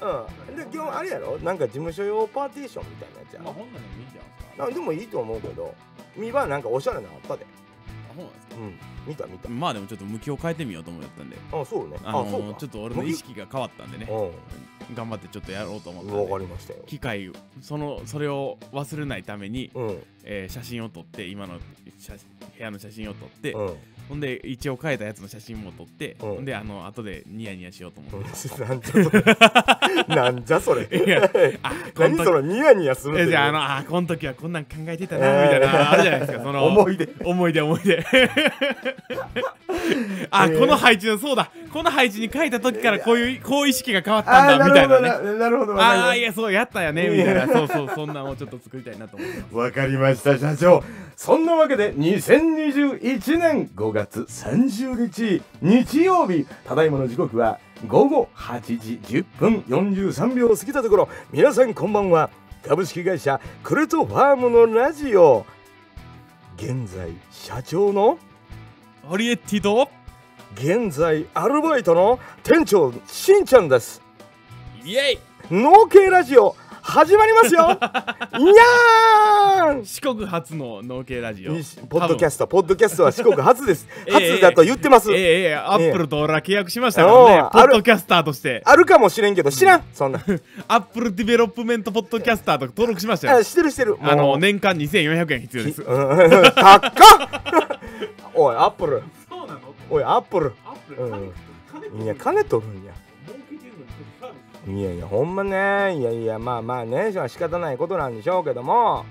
うんで基本あれやろなんか事務所用パーティションみたいなやつやまあろ本棚でもいいんじゃないですかなんでもいいと思うけど見はなんかおしゃれなのあったであそうなんですかうん見た見たまあでもちょっと向きを変えてみようと思ったんであそうねああのそうー、かちょっと俺の意識が変わったんでねう頑張ってちょっとやろうと思っんたわんかでりましたよ機械そのそれを忘れないために、うんえー写真を撮って今の写部屋の写真を撮って、うん ほんで一応変えたやつの写真も撮って、うんほんであの後でニヤニヤしようと思って、なんじゃ それなんじゃそれいやあこん 何そ時れニヤニヤするっえてじゃ ああのあこん時はこんなん考えてたなみたいなあるじゃないですかその思い出思い出思い出 あ、えーこの配置のそうだこの配置に書いた時からこういうこう意識が変わったあんーだみたいなねなるほどあわあーいやそうやったよねみたいなそうそうそんなんをちょっと作りたいなと思ってますわかりました社長そんなわけで2021年5月30日日曜日ただいまの時刻は午後8時10分43秒を過ぎたところ皆さんこんばんは株式会社クルトファームのラジオ現在社長のオリエッティと現在アルバイトの店長しんちゃんですイエイ農系ラジオ始まりますよにゃーん四国初の農系ラジオいいしポッドキャスストポッドキャストは四国初です ええ初だと言ってます、ええええアップルと俺は契約しましたえかえらおうねポッドキャスターとしてあるかもしれんけど知らんそんなアップルディベロップメントポッドキャスターと登録しましたあよ知ってる知ってるあのもう年間2400円必要ですうんうん高っ おいアップルそうなのおいアップルアップルうん金いや金取るんやいやいやほんまねいやいやまあまあねそれは仕方ないことなんでしょうけども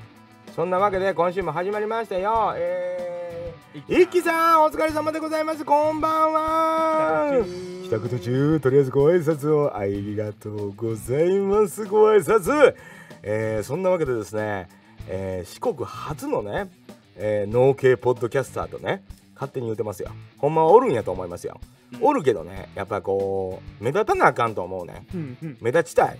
そんなわけで今週も始まりましたよえー、一輝さんお疲れ様でございますこんばんは帰宅途中とりあえずご挨拶をありがとうございますご挨拶、えー、そんなわけでですね、えー、四国初のね、えー、農系ポッドキャスターとね勝手に言うてますよほんまはおるんやと思いますよおるけどねやっぱこう目立たなあかんと思うねうんうん目立ちたい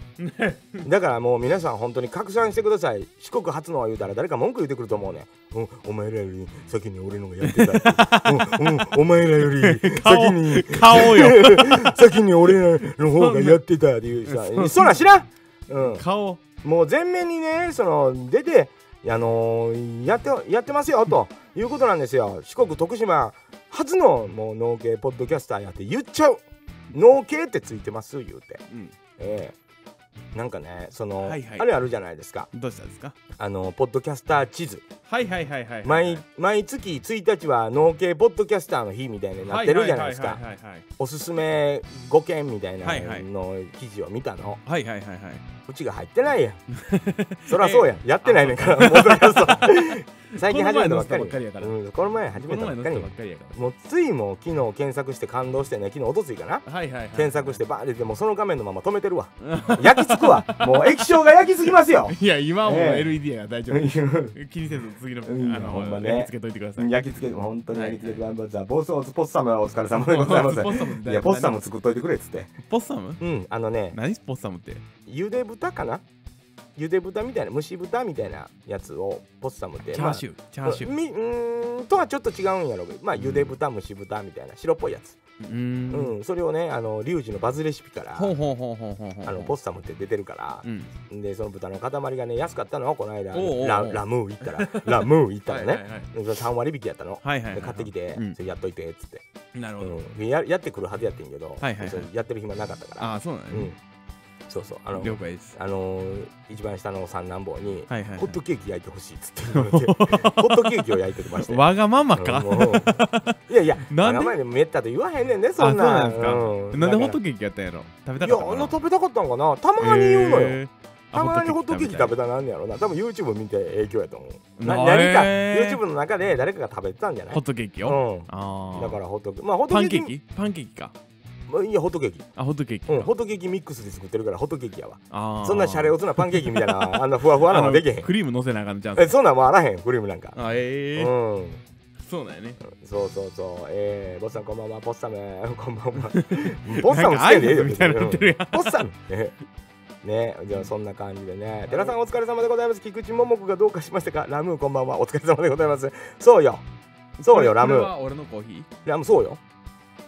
だからもう皆さん本当に拡散してください四国初の言うたら誰か文句言ってくると思うねん、うん、お前らより先に俺のがやってた、うんうん、お前らより先に顔よ 先に俺らの方がやってたっていうさそんなそら知らん、うん、顔もう前面にねその出て、あのーやってやってますよということなんですよ四国徳島初のもう農系ポッドキャスターやって言っちゃう農系ってついてます言うて、うんええなんかねその、はいはいあれあるじゃないですかどうしたんですかあのポッドキャスター地図はいはいはいはい毎毎月1日は農系ポッドキャスターの日みたいになってるじゃないですかはいはいはいおすすめ5件みたいなはいはいの記事を見たの、はいはいはいはいはいうちが入って ないやんそりゃそうやん、やってないねんからもうそりゃそう 最近始めたばっかりこの前載せたばっかりやからうん、この前始こめたのばっ前のかり人ばっかりやかもうついもう昨日検索して感動してね昨日おとついかならはいはいはい検索してバーン出てもうその画面のまま止めてるわう焼きつくわもう液晶が焼きすぎますよんいや今はもうええ LED やから大丈夫気にせず次のうんあほんまのねやりつけといてくださ い焼きつけ本当に焼きつけて頑張ってボスオズポッサムはお疲れ様でございますポッサムっていやポッサム作っといてくれっつってポッサムうんあのね何ポッサムってゆで豚かなゆで豚みたいな蒸し豚みたいなやつをポッサムってチャーシューチャーシューみうーんとはちょっと違うんやろうけどまあうんゆで豚蒸し豚みたいな白っぽいやつ、うーうんんそれをねあのリュウジのバズレシピからほんほんほんほんほんほんあのポッサムって出てるからう、んでその豚の塊がね安かったのこの間おうおうおうララムー行ったらラムー行ったらねはいはいはいでその3割引きやったの、はいはいはいで買ってきて、うんそれやっといてっつって、なるほどうん、ややってくるはずやってんけど、はいはいはいそれやってる暇なかったからああそうなのうねん、そうそうあの了解ですあのー一番下の三男坊に、はいはいはいホットケーキ焼いてほしいっつって言 われてホットケーキを焼いてきましたよわがままかうんもういやいや、 なんで名前でめったと言わへんねんね、そんな。あそうなんですかなんでホットケーキやったんやろ食だかべたからったいや、あかのな食べたかったんかな。たまに言うのよ。へーたまにホットケーキ食べべたなんねやろな。多分 YouTube 見て影響やと思う。なあ何かへー YouTube の中で誰かが食べてたんじゃないホットケーキをうん。ああだからホットケーキ。まあホットパケンーケキーキパンケーキかまあいや、ホットケーキ。あホットケーキうん、ホかットケーキミックスで作ってるからホットケーキやわ。あーそんなシャレオツなパンケーキみたい な、あんなふわふわなのできへあんの。クリームのせなあかんのちゃうんえ、すかそんなんもうあらへん、クリームなんか。あうええん。そうなんやねそうそうそう、えー、ボスさんこんばんは、ポッサム、 こんばんは。ポッサムつけんでええよ、なんか挨拶みたいになってるやんポッサムねね、じゃあそんな感じでね、寺さんお疲れ様でございます、菊池桃子がどうかしましたか、ラムーこんばんは、お疲れ様でございます。そうよ、そうよ、ラこれムー、は俺のコーヒーラムーそうよ。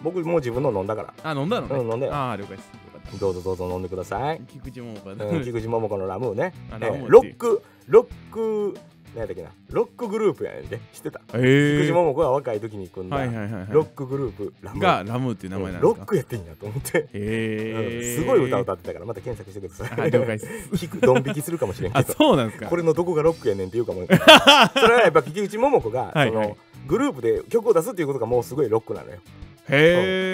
僕もう自分の飲んだから。あ飲んだうのんね飲んだよああ了解ですよかったどうぞどうぞ飲んでください、菊池桃子だ、うん、菊池桃子のラムーね、あえラムーっていーうロックロック何やったっけなロックグループやねんで知ってた、 え菊池ー、桃子が若い時に組んだ、はいはいはいはいロックグループラムーがラムーっていう名前なんですかロックやってんやと思って、えー、うんすごい歌歌ってたからまた検索してくださあい了解です 聞くドン引きするかもしれんけあど そうなんですかこれのどこがロックやねんって言う かもそれはやっぱ菊池桃子がはいその、はいグループで曲を出すっていうことがもうすごいロックなのよ、へ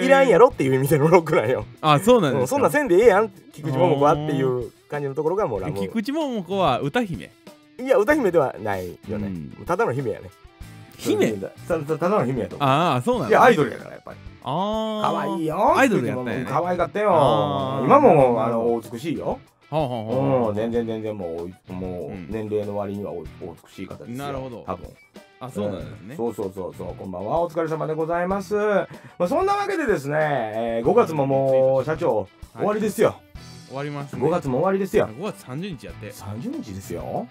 うえんいらんやろっていう意味でのロックなんよ、あそうなんうですか、ん、そんなんせんでええやん菊池桃子はっていう感じのところがもうラム菊池桃子は歌姫いや歌姫ではないよね、うんただの姫やね姫たただの姫やと思うああそうなんいやアイドルやからやっぱりああ可愛いよアイドルやったんやね可愛かったあよー今もあの美しいよはあはあはあうはん、全然全然もう、もううん年齢の割にはおお美しい方ですよ。なるほど多分。ああそうなんですね、んそうそうそうそう、こんばんは、お疲れ様でございます。まあ、そんなわけでですね、え5月ももう社長、終わりですよ。終わりますね5月も終わりですよ。 5月30日やって三十日ですよ。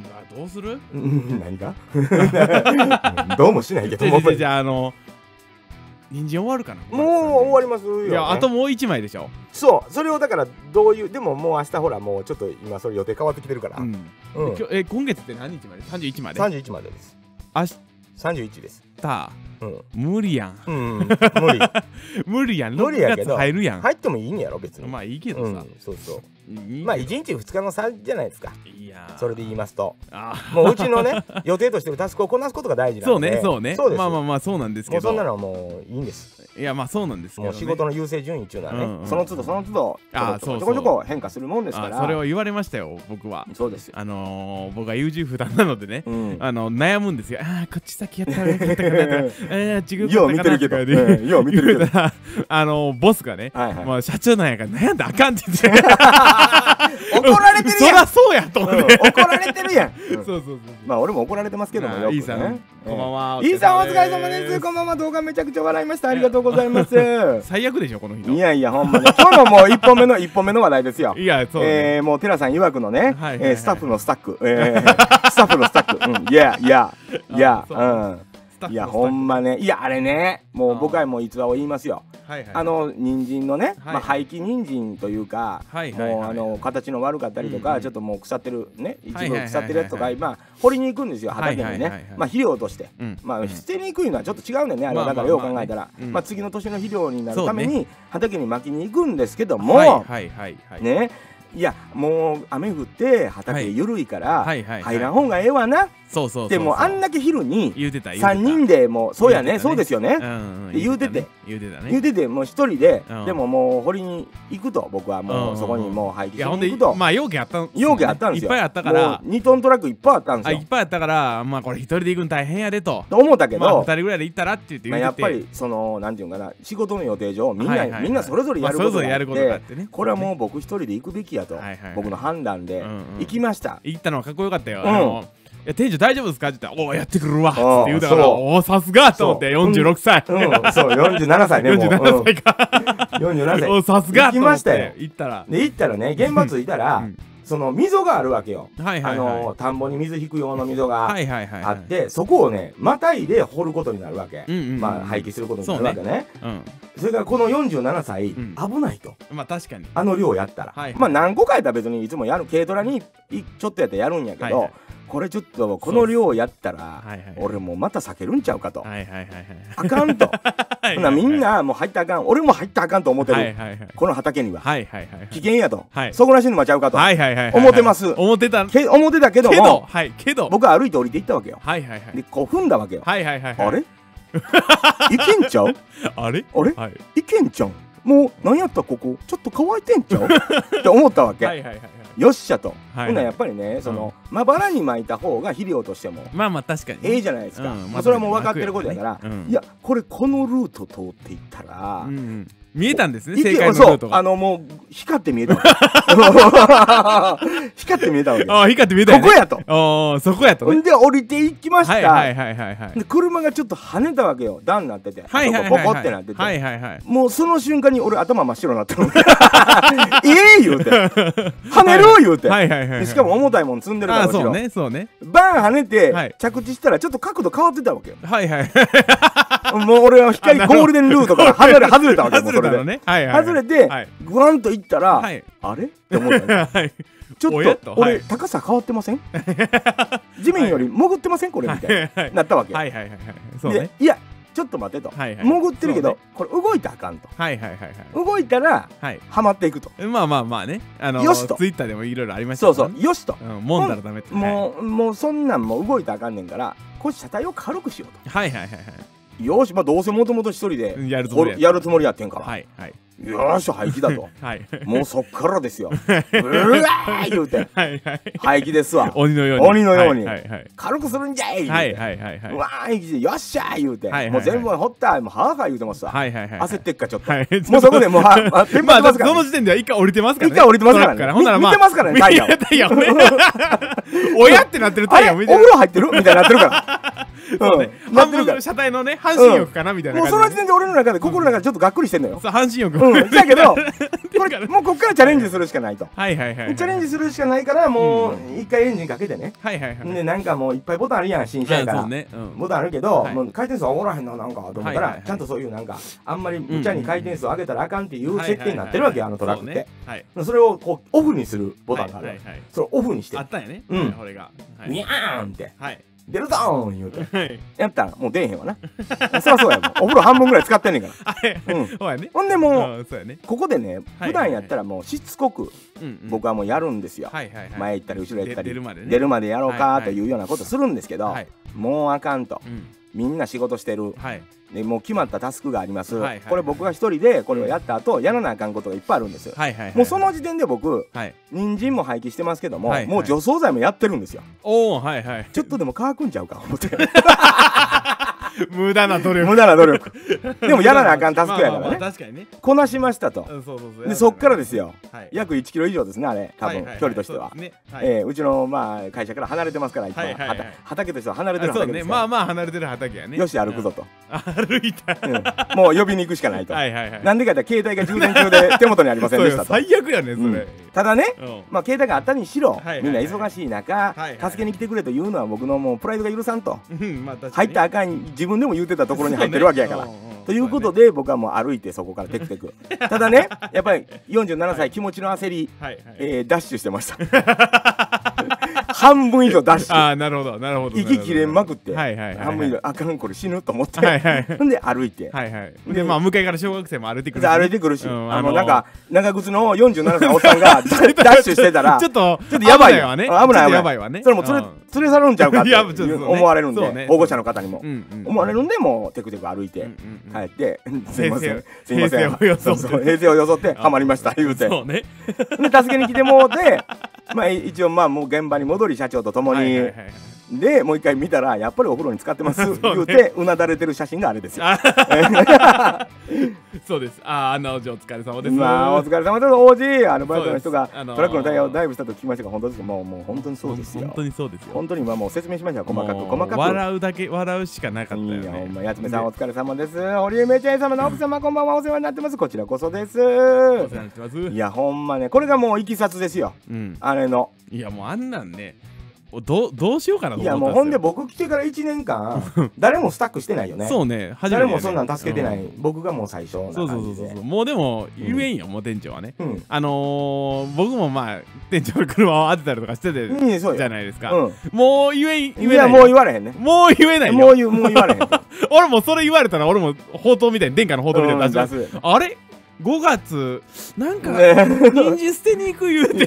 あどうするうん、何が。うん どうもしないけどじゃも。あじゃあじもゃああの人参終わるかなう終わりますよ、ね。いやあともう1枚でしょそう、それをだから、どういう、でも、もう明日ほら、もうちょっと、今、それ予定変わってきてるから。うん、うんで今日え今月って何日まで ?31 まで三十一までです。明三十一です。日うん。無理やん うん、無理。無理やん無理やけ6ど月入るやん入ってもいいんやろ別に、まあいいけうどさ、ん、そうそういいまあ1日2日の差じゃないですかいやーそれで言いますとあもううちの ね予定としてるタスクをこなすことが大事ーなそうんでねそうねそうですまあまあまあそうなんですもけうそんなどのはもういいんですいやまあそうなんですけもど、うね、仕事の優先順位っていうのはね、うんうんその都度その都度あーちょこちょそうこそうちょこ変化するもんですからあそれを言われましたよ僕はそうですよ、あのー、僕は優柔不断なのでねうん、あの悩むんですよああこっち先やったらよかったかなとかえー違うようか見ったてかなるけとど、かうでん、よう見て 言るうけどたらあのー、ボスがね、はいはいまあ、社長なんやから悩んだらあかんって言って怒られてるそやん、らそうやと思っうんて、怒られてるやん、うん そうそうそうそうまあ俺も怒られてますけどもまあよくねイーサンこんばんはイーサンお疲れ様お疲れ様でですすこんばんは動画めちゃくちゃ笑いましたありがとうござい ますい最悪でしょこの人やいやほんまに今日のもう一本目の一本目の話題ですよいやそう、ねえー、もうテラさん曰くのね、はいはいはいえースタッフのスタック、えースタッフのスタック、うん、いやいやいやあ、そううスタッん、フいやほんまね、いやあれね、もう僕はもう逸話を言いますよ。はいはいはいあの人参のね、はいまあ廃棄人参というか、はいはいはいもうあの形の悪かったりとか、うんうんちょっともう腐ってるね、一はい部はいはい腐ってるやつとか、今掘りに行くんですよ、畑にね、はいはいはいはいまあ肥料として。うんまうあ、ん捨てにくいのはちょっと違うんだよね、あれまあだからよう考えたら、ままあまあねあうん次の年の肥料になるためそうに畑に巻きに行くんですけども、はいはいはいはいねいやもう雨降って畑緩いからはいはいはい入らん方がええわなそうそうそうそうでもあんだけ昼に言うてた言うてた3人でもうそうやね言うてたねそうですよねうんうん言うてて言うてたね言うててもう一人でうんでももう掘りに行くと僕はもううんそこにもう廃いや棄ほしんにで行くとまあ容器あったん容器あったんですよいっぱいあったから2トントラックいっぱいあったんであすいよっぱいあったからまあこれ一人で行くの大変やでとと思ったけまあど二人ぐらいで行ったらって言ってまあ言やうってぱてりそのなんていうんかな仕事の予定上みんはいはいなはいみんなそれぞれやるこまあそとれぞがれあやっることがあっててねこれはもう僕一人で行くべきやとはいはいはい僕の判断でうんうん行きました行ったのはかっこよかったよ、うんあのいや店長大丈夫ですかって言ったら「おおやってくるわ」ってうん言うたから「そうおおさすが!」と思ってそう46歳、うん、そう、47歳ね、もう。 47歳か、うん47おお歳。さすが行きましたよと思って行ったらで、行ったらね、現場着いたら、うんその溝があるわけよ。はいはいはいあの、田んぼに水引く用の溝があっはて、いはいはいはいそこをね、またいで掘ることになるわけ。うんうんうんまあ、廃棄することになるわけね。そうんれから、この47歳、ん危ないと。まあ確かにあの量やったら。はいまあ、何個かやったら別にいつもやる、軽トラにいちょっとやったらやるんやけど、はいはいこれちょっと、この量やったら、はいはい俺もうまた避けるんちゃうかと。はいはいはいはいあかんと。 はいほなみんなもう入ったらあかん俺も入ったらあかんと思ってる、はいはいはいこの畑には、はいはいはいはい危険やと、はいそこらしいの間ちゃうかと、はいはいはいはい思ってます思ってたけけ思ってたけどもどはいけど僕は歩いて降りていったわけよ、はいはいはいでこう踏んだわけよ、はいはいはいはいあれ いけんちゃうあれあれはいいけんちゃうもう何やったらここちょっと乾いてんちゃうって思ったわけ、はいはいはいはいよっしゃと、はいほんならやっぱりねその、まばらに巻いた方が肥料としてもまあまあ確かにええじゃないですか、うんまあそれはもう分かってることだから、うんいやこれこのルート通っていったら、うんうん見えたんですねいけ正解のルそうートあがのもう光って見えたわけ 光って見えたわけああ光って見えたよこねこやとおーそこやとほねんで降りていきました、はいはいはいはいはいで車がちょっと跳ねたわけよ段になってて、はいはいはいボはいコってなってて、はいはいはいもうその瞬間に俺頭真っ白になってる ええ言うて跳ねる言うて、はいはいはいはいでしかも重たいもん積んでるかあらもあちそろ、うんねそうねバーン跳ねて、はい着地したらちょっと角度 変わってたわけよはいはいもう俺は光あなるゴーほどルデンルートから離れ外れたわけよもうそたのねはいはいはい外れてはいグワンと行ったら、はいあれって思ったんですはいちょ おっやととは俺い高さ変わってま せん地面より潜ってませんこれみたいはいはいななったわけ、はいはいはいはいそうねでいやちょっと待ってと、はいはい潜ってるけど、そこうれ動いたらあかんとはいはいはい動いたらはいハマっていくとはいまあまあまあねあのよしとツイッターでもいろいろありましたそうかそらねうよしと、うんもんだらダメってはいもうもうそんなんもう動いたらあかんねんからこう車体を軽くしようはいはいはいとよしまあどうせもともと一人ではいやるつもおりるややるつもりやってんから、はいはいよーし排気だ とはいもうそっから ですようわー言うてはいはい排気ですわ鬼のように鬼のようにはいはい軽くするんじゃい言うて、はいはいはいはいうわー息してよっしゃー言うて、はいはいはいもう全部掘ったもうはーはー言うてますわ、はいはいはい焦ってっかちょっと、はいもう そこでもうはあテンパまってまあすかそら、の時点では一回降りてますからね一回降りてますからねトラックほんならみまあ見てますからね見タイヤをタイヤをね おやってなってるタあイれヤをお見て風呂入ってるみたいになってる から、そううねん、なっ半て るか分ら車体のね半身浴かなみたいなもうその感時じ点で俺の中で心の中でちょっとがっくりしてんのよ、そう半身浴うん、 だけどこれからもうこっからチャレンジするしかないと、 はいはいはいはいチャレンジするしかないからもう一回エンジンかけてね、はいはいはいでなんかもういっぱいボタンあるやん新車やかあら、そうねうんボタンあるけど、はいもう回転数上がらへんのなんかと思ったら、はいはいはいちゃんとそういうなんかあんまり無茶に回転数を上げたらあかんっていう設定になってるわけよ、あのトラックって、そうねそれをこうオフにするボタはいンがある、はいはいはいそれをオフにしてあったんやねうんはいこれがはいニャーンってはい出るぞーん言うてはいやったらもう出えへんわなそりゃそうやもんお風呂半分ぐらい使ってんねんからはいうん そうやねほんでもう、うんそうやねここでねはい普段やったらもうしつこくうんうん僕はもうやるんですよ、はいはいはい前行ったり後ろ行ったりで出るまでね出るまでやろうかはいというようなことするんですけど、はいもうあかんとうんみんな仕事してるはいでもう決まったタスクがあります、はいはいはいこれ僕が一人でこれをやった後やらなあかんことがいっぱいあるんですよ、はいはいはいもうその時点で僕はい人参も廃棄してますけども、はいはいもう除草剤もやってるんですよおおはいはい ちょっとでも乾くんちゃうか思って 無駄な努力無駄な努 力でもやらなあかんタスクやかまあまらあねまあ確かにねこなしましたとうんそうそうそうでそっからですよはい約1キロ以上ですねあれ多分はいはいはい距離としてはそうですねはいえーうちのまあ会社から離れてますから一番はいはいはいはた畑としては離れてるあそう畑でねすまあかまあ離れてる畑やねらよし歩くぞとうん 歩いたうんもう呼びに行くしかないとはいはいはいなんでかって携帯が充電中で手元にありませんでしたそとうよ最悪やねそれ、ううんんただねまあ携帯があったにしろ、はいはいはいみんな忙しい中、はいはい助けに来てくれというのは僕のもうプライドが許さんと、うんまあ確かに入ったらあかん自分でも言うてたところに入ってるわけやから。ということで僕はもう歩いてそこからテクテクただねやっぱり47歳気持ちの焦り、はいはい、えーダッシュしてました 半分以上ダッシュああなるほどなるほど息切れまくってはいはいはいはい半分以上あかんこれ死ぬと思って、はいはいほんで歩いて、はいはいでまあ向かいから小学生も歩いてくるで歩いてくるし、うんああののなんか長靴の47歳のおっさん がダッシュしてたらちょっとちょっとやばい危よないわね危ない危ないちょっとやばいわねそれも連れ,、うん連れ去るんちゃうかって いやちょっとそうね思われるんで、そうね保護者の方にも、うんうん思われるんでもうテクテク歩いて、うんうんうん帰って 「すいませんすいま平せ成んを装ってそうそう平成を装ってハマりました」言うてそうねで助けに来てもうてまあ一応まあもう現場に戻り社長と共に、はいはいはいはいでもう一回見たらやっぱりお風呂に使ってます、 そうね言うてうなだれてる写真があれです よ。そうですあああんなお嬢お疲れ様ですまあお疲れ様です王子あのバイトの人がそうですあのートラックのタイヤをダイブしたと聞きましたが本当ですかもうもう本当にそうですよ本当にそうですよ本当に今もう説明しましたよ細かくもう細かく笑うだけ笑うしかなかったよいやほんねまやつめさんでお疲れ様です堀江めちゃん様の奥様こんばんはお世話になってますこちらこそですお世話になってますいやほんまねこれがもういきさつですようんあれのいやもうあんなんねおどうどうしようかなとい思ったやんですよもうほんで僕来てから1年 間誰もスタックしてないよねそうね初めて誰ねもそんなん助けてない、うん僕がもう最初なそうそうそ感うじそうそでうもうでも言えんよ、もう店長はねうんあのー、僕もまあ店長の車を当てたりとかしてていいねそうよじゃないですか、うもう言えんん言いえなやいもう言われへんねもう言えないよもう言うもう言われへん 俺もそれ言われたら俺も宝刀みたいに殿下の宝刀みたいに出す、うん出すあれ5月なんかね人参捨てに行く言う て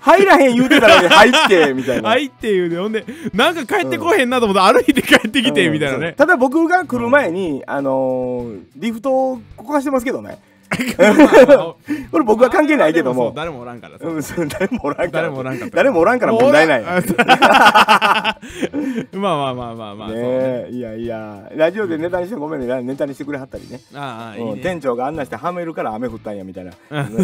入らへん言うてたのに入ってみたいな入って言うてほんでなんか帰ってこへんなと思って歩いて帰ってきてみたいなうんそうね、ただ僕が来る前に、あのー、リフトをこかしてますけどね これ僕は関係ないけども誰もおらんからさうんそう誰もおらんから誰もおらんかっ た誰もおらんから問題ないあそう まあまあまあまあまあ、そうねねえいやいやラジオでネタにしてごめんねネタにしてくれはったりねああいいうんね店長があんなしてはめるから雨降ったんやみたいな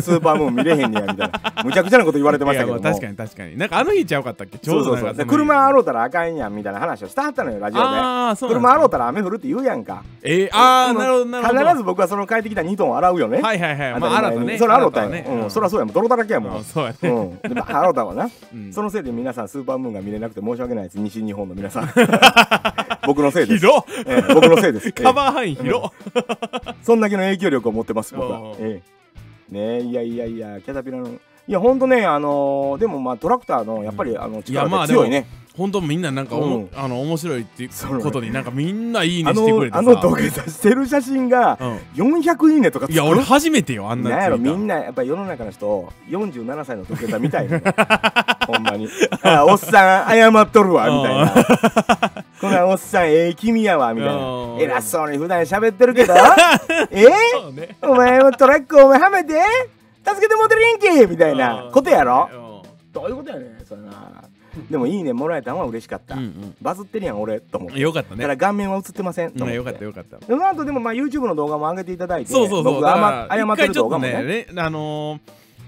スーパームーン見れへんねやみたいなむちゃくちゃなこと言われてましたけどいもやあ確かに確かになんかあの日ちゃうかったっけちそょううそどうなんそうでかの日車あろうたらあかんやんみたいな話をしたはったのよラジオあーでそうなんですか車あろうたら雨降るって言うやんかえー、ああなるほどなるほど必ず僕はその帰ってきた2トンを洗うよねはいはいはいま当あたり新た前にねそれ洗ったん新やたねうんそりゃそうやもん泥だらけやもうんんそうやねうん、でまあ、あなたはな、 うん そのせいで皆さんスーパームーンが見れなくて申し訳ないです西日本の皆さん僕のせいです。広っええ僕の せいです。ええカバー範囲広っそんだけの影響力を持ってます、僕はおうおう。ええねえ、いやいやいや、キャタピラの。いや、ほんとね、あのーでもまあ、トラクターの、やっぱり、あの、力いやまがあでも強いね。本当みんななんかおも、うんあの面白いっていうそうねことになんかみんないいねあしてくれての、さあの土下座してる写真が、400いいねとかうつくん、いや俺初めてよあんななんややつろ見みたんなやっぱ世の中の人47歳の時計だみたいな ほんまにあおっさん謝っとるわみたいなこんなおっさんええ君やわみたいうんな偉そうに普段喋ってる けどえそうねお前もトラックお前はめて助けてもてるやんけみたいなことやろどういうことやねんそれなでもいいねもらえたんは嬉しかった、うんうんバズってるやん俺と思っうて、んよかっただかねら顔面は映ってませんと思うっんてよかったよかったその後でもまあ YouTube の動画も上げていただいてそうそうそう僕が謝謝ってる動画も一回ちょっとねれあのー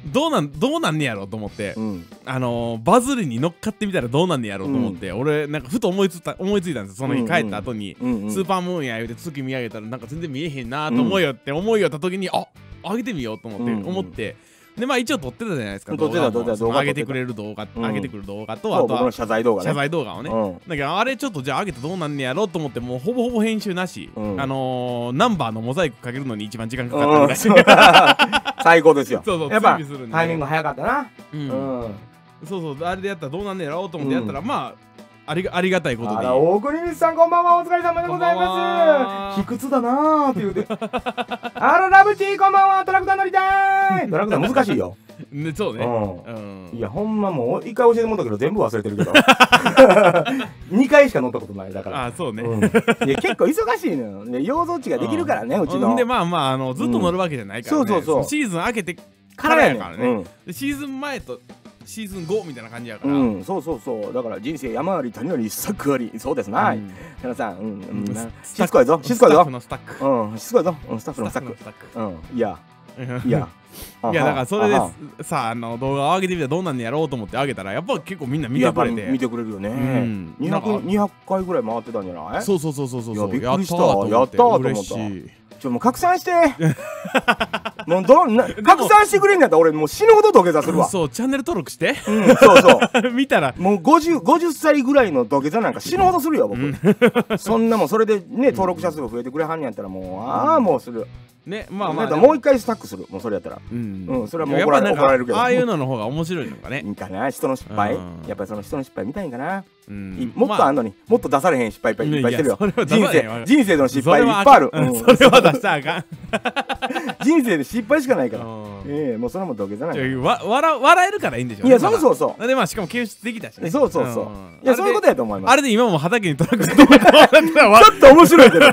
どうなんどうなんねやろうと思って、うんあのーバズりに乗っかってみたらどうなんねやろうと思って、俺なんかふと思いついた思いついたんですよその日帰った後に、うんうんスーパームーンや言うて月見上げたらなんか全然見えへんなと思うよって思いよった時に、あ上げてみようと思って、うんうん思ってでまあ一応撮ってたじゃないですか撮ってた動画も撮ってた動画その上げてくれる動画、うん上げてくる動画とそうあと僕のは謝罪動画ね謝罪動画をね、だけどあれちょっとじゃあ上げてどうなんねやろうと思ってもうほぼほぼ編集なし、うんあのー、ナンバーのモザイクかけるのに一番時間かうかったん、ぐうらん、そい、う 最高ですよ そうそうやっぱ追尾するんでタイミング早かったなうんうん、そうそうあれでやったらどうなんねやろうと思ってやったら、うまあありがありがたいことあでら大国光さんこんばんはお疲れ様でございこんばんはます卑屈だなーって言うて あらラブチーこんばんはトラクター乗りた ーいトラクター難しいよ、ねそうねううん、ん、いやほんまもう一回教えてもらったけど全部忘れてる けど二回しか乗ったことないだからあそうね、 うん、いや結構忙しいのよで養蔵地ができるからね、うちのんでまあまああのずっと乗るわけじゃないから、ねうんそうそうそうのシーズン明けてからやからうね、んでシーズン前とシーズン5みたいな感じやから、うん、そうそうそうだから人生山あり谷あり一作ありそうですな、うん皆さん、うん、うんうんなスしつこいぞ、しつこいスタッフぞ。のスタックうん、しつこいぞ、うん、スタッフのススタタッッフのフ。スタックうん、いや、うんいや。いやだからそれであはすさああの動画を上げてみたらどうなんやろうと思って上げたらやっぱ結構みんな見やてっくぱれりて見てくれるよね。うん200なんか200回ぐらい回ってたんじゃない。そうそうそうそうそうそういやびっくりしたやったーと思ってやったーと思嬉ったしいちょもう拡 散して。もうどんな拡散してくれんだったら俺もう死ぬほど土下座するわ。そうチャンネル登録して うん、そうそう。見たらもう50、50歳ぐらいの土下座なんか死ぬほどするよ、僕。 そんなもん、それでね、登録者数が増えてくれはんねやったら、もう、ああ、もうする。ねままああまあでもう一回スタックする、もうそれやったら。うんうんそれはもうやっ怒ぱらなん怒られるけかどああいうのの方が面白いのかねいいかな、人の失敗うん。やっぱりその人の失敗見たいんかな。うんもっとあんののに、もっと出されへん失敗いっぱいいっぱいしてるよいやそれは。出人されへんわ生、人生の失敗いっぱいある。うんそれは出したらあかん人生で失敗しかないから。うんええ、もうそれも土下座なんちかょわ笑笑えるからいいんでしょいや、そうそううそでまあしかも救出できたしう。ねそうそうそんう。いや、そういうことやと思いますあ。れで今も畑にトラックが止まってたらわちょっと面白い けど、うん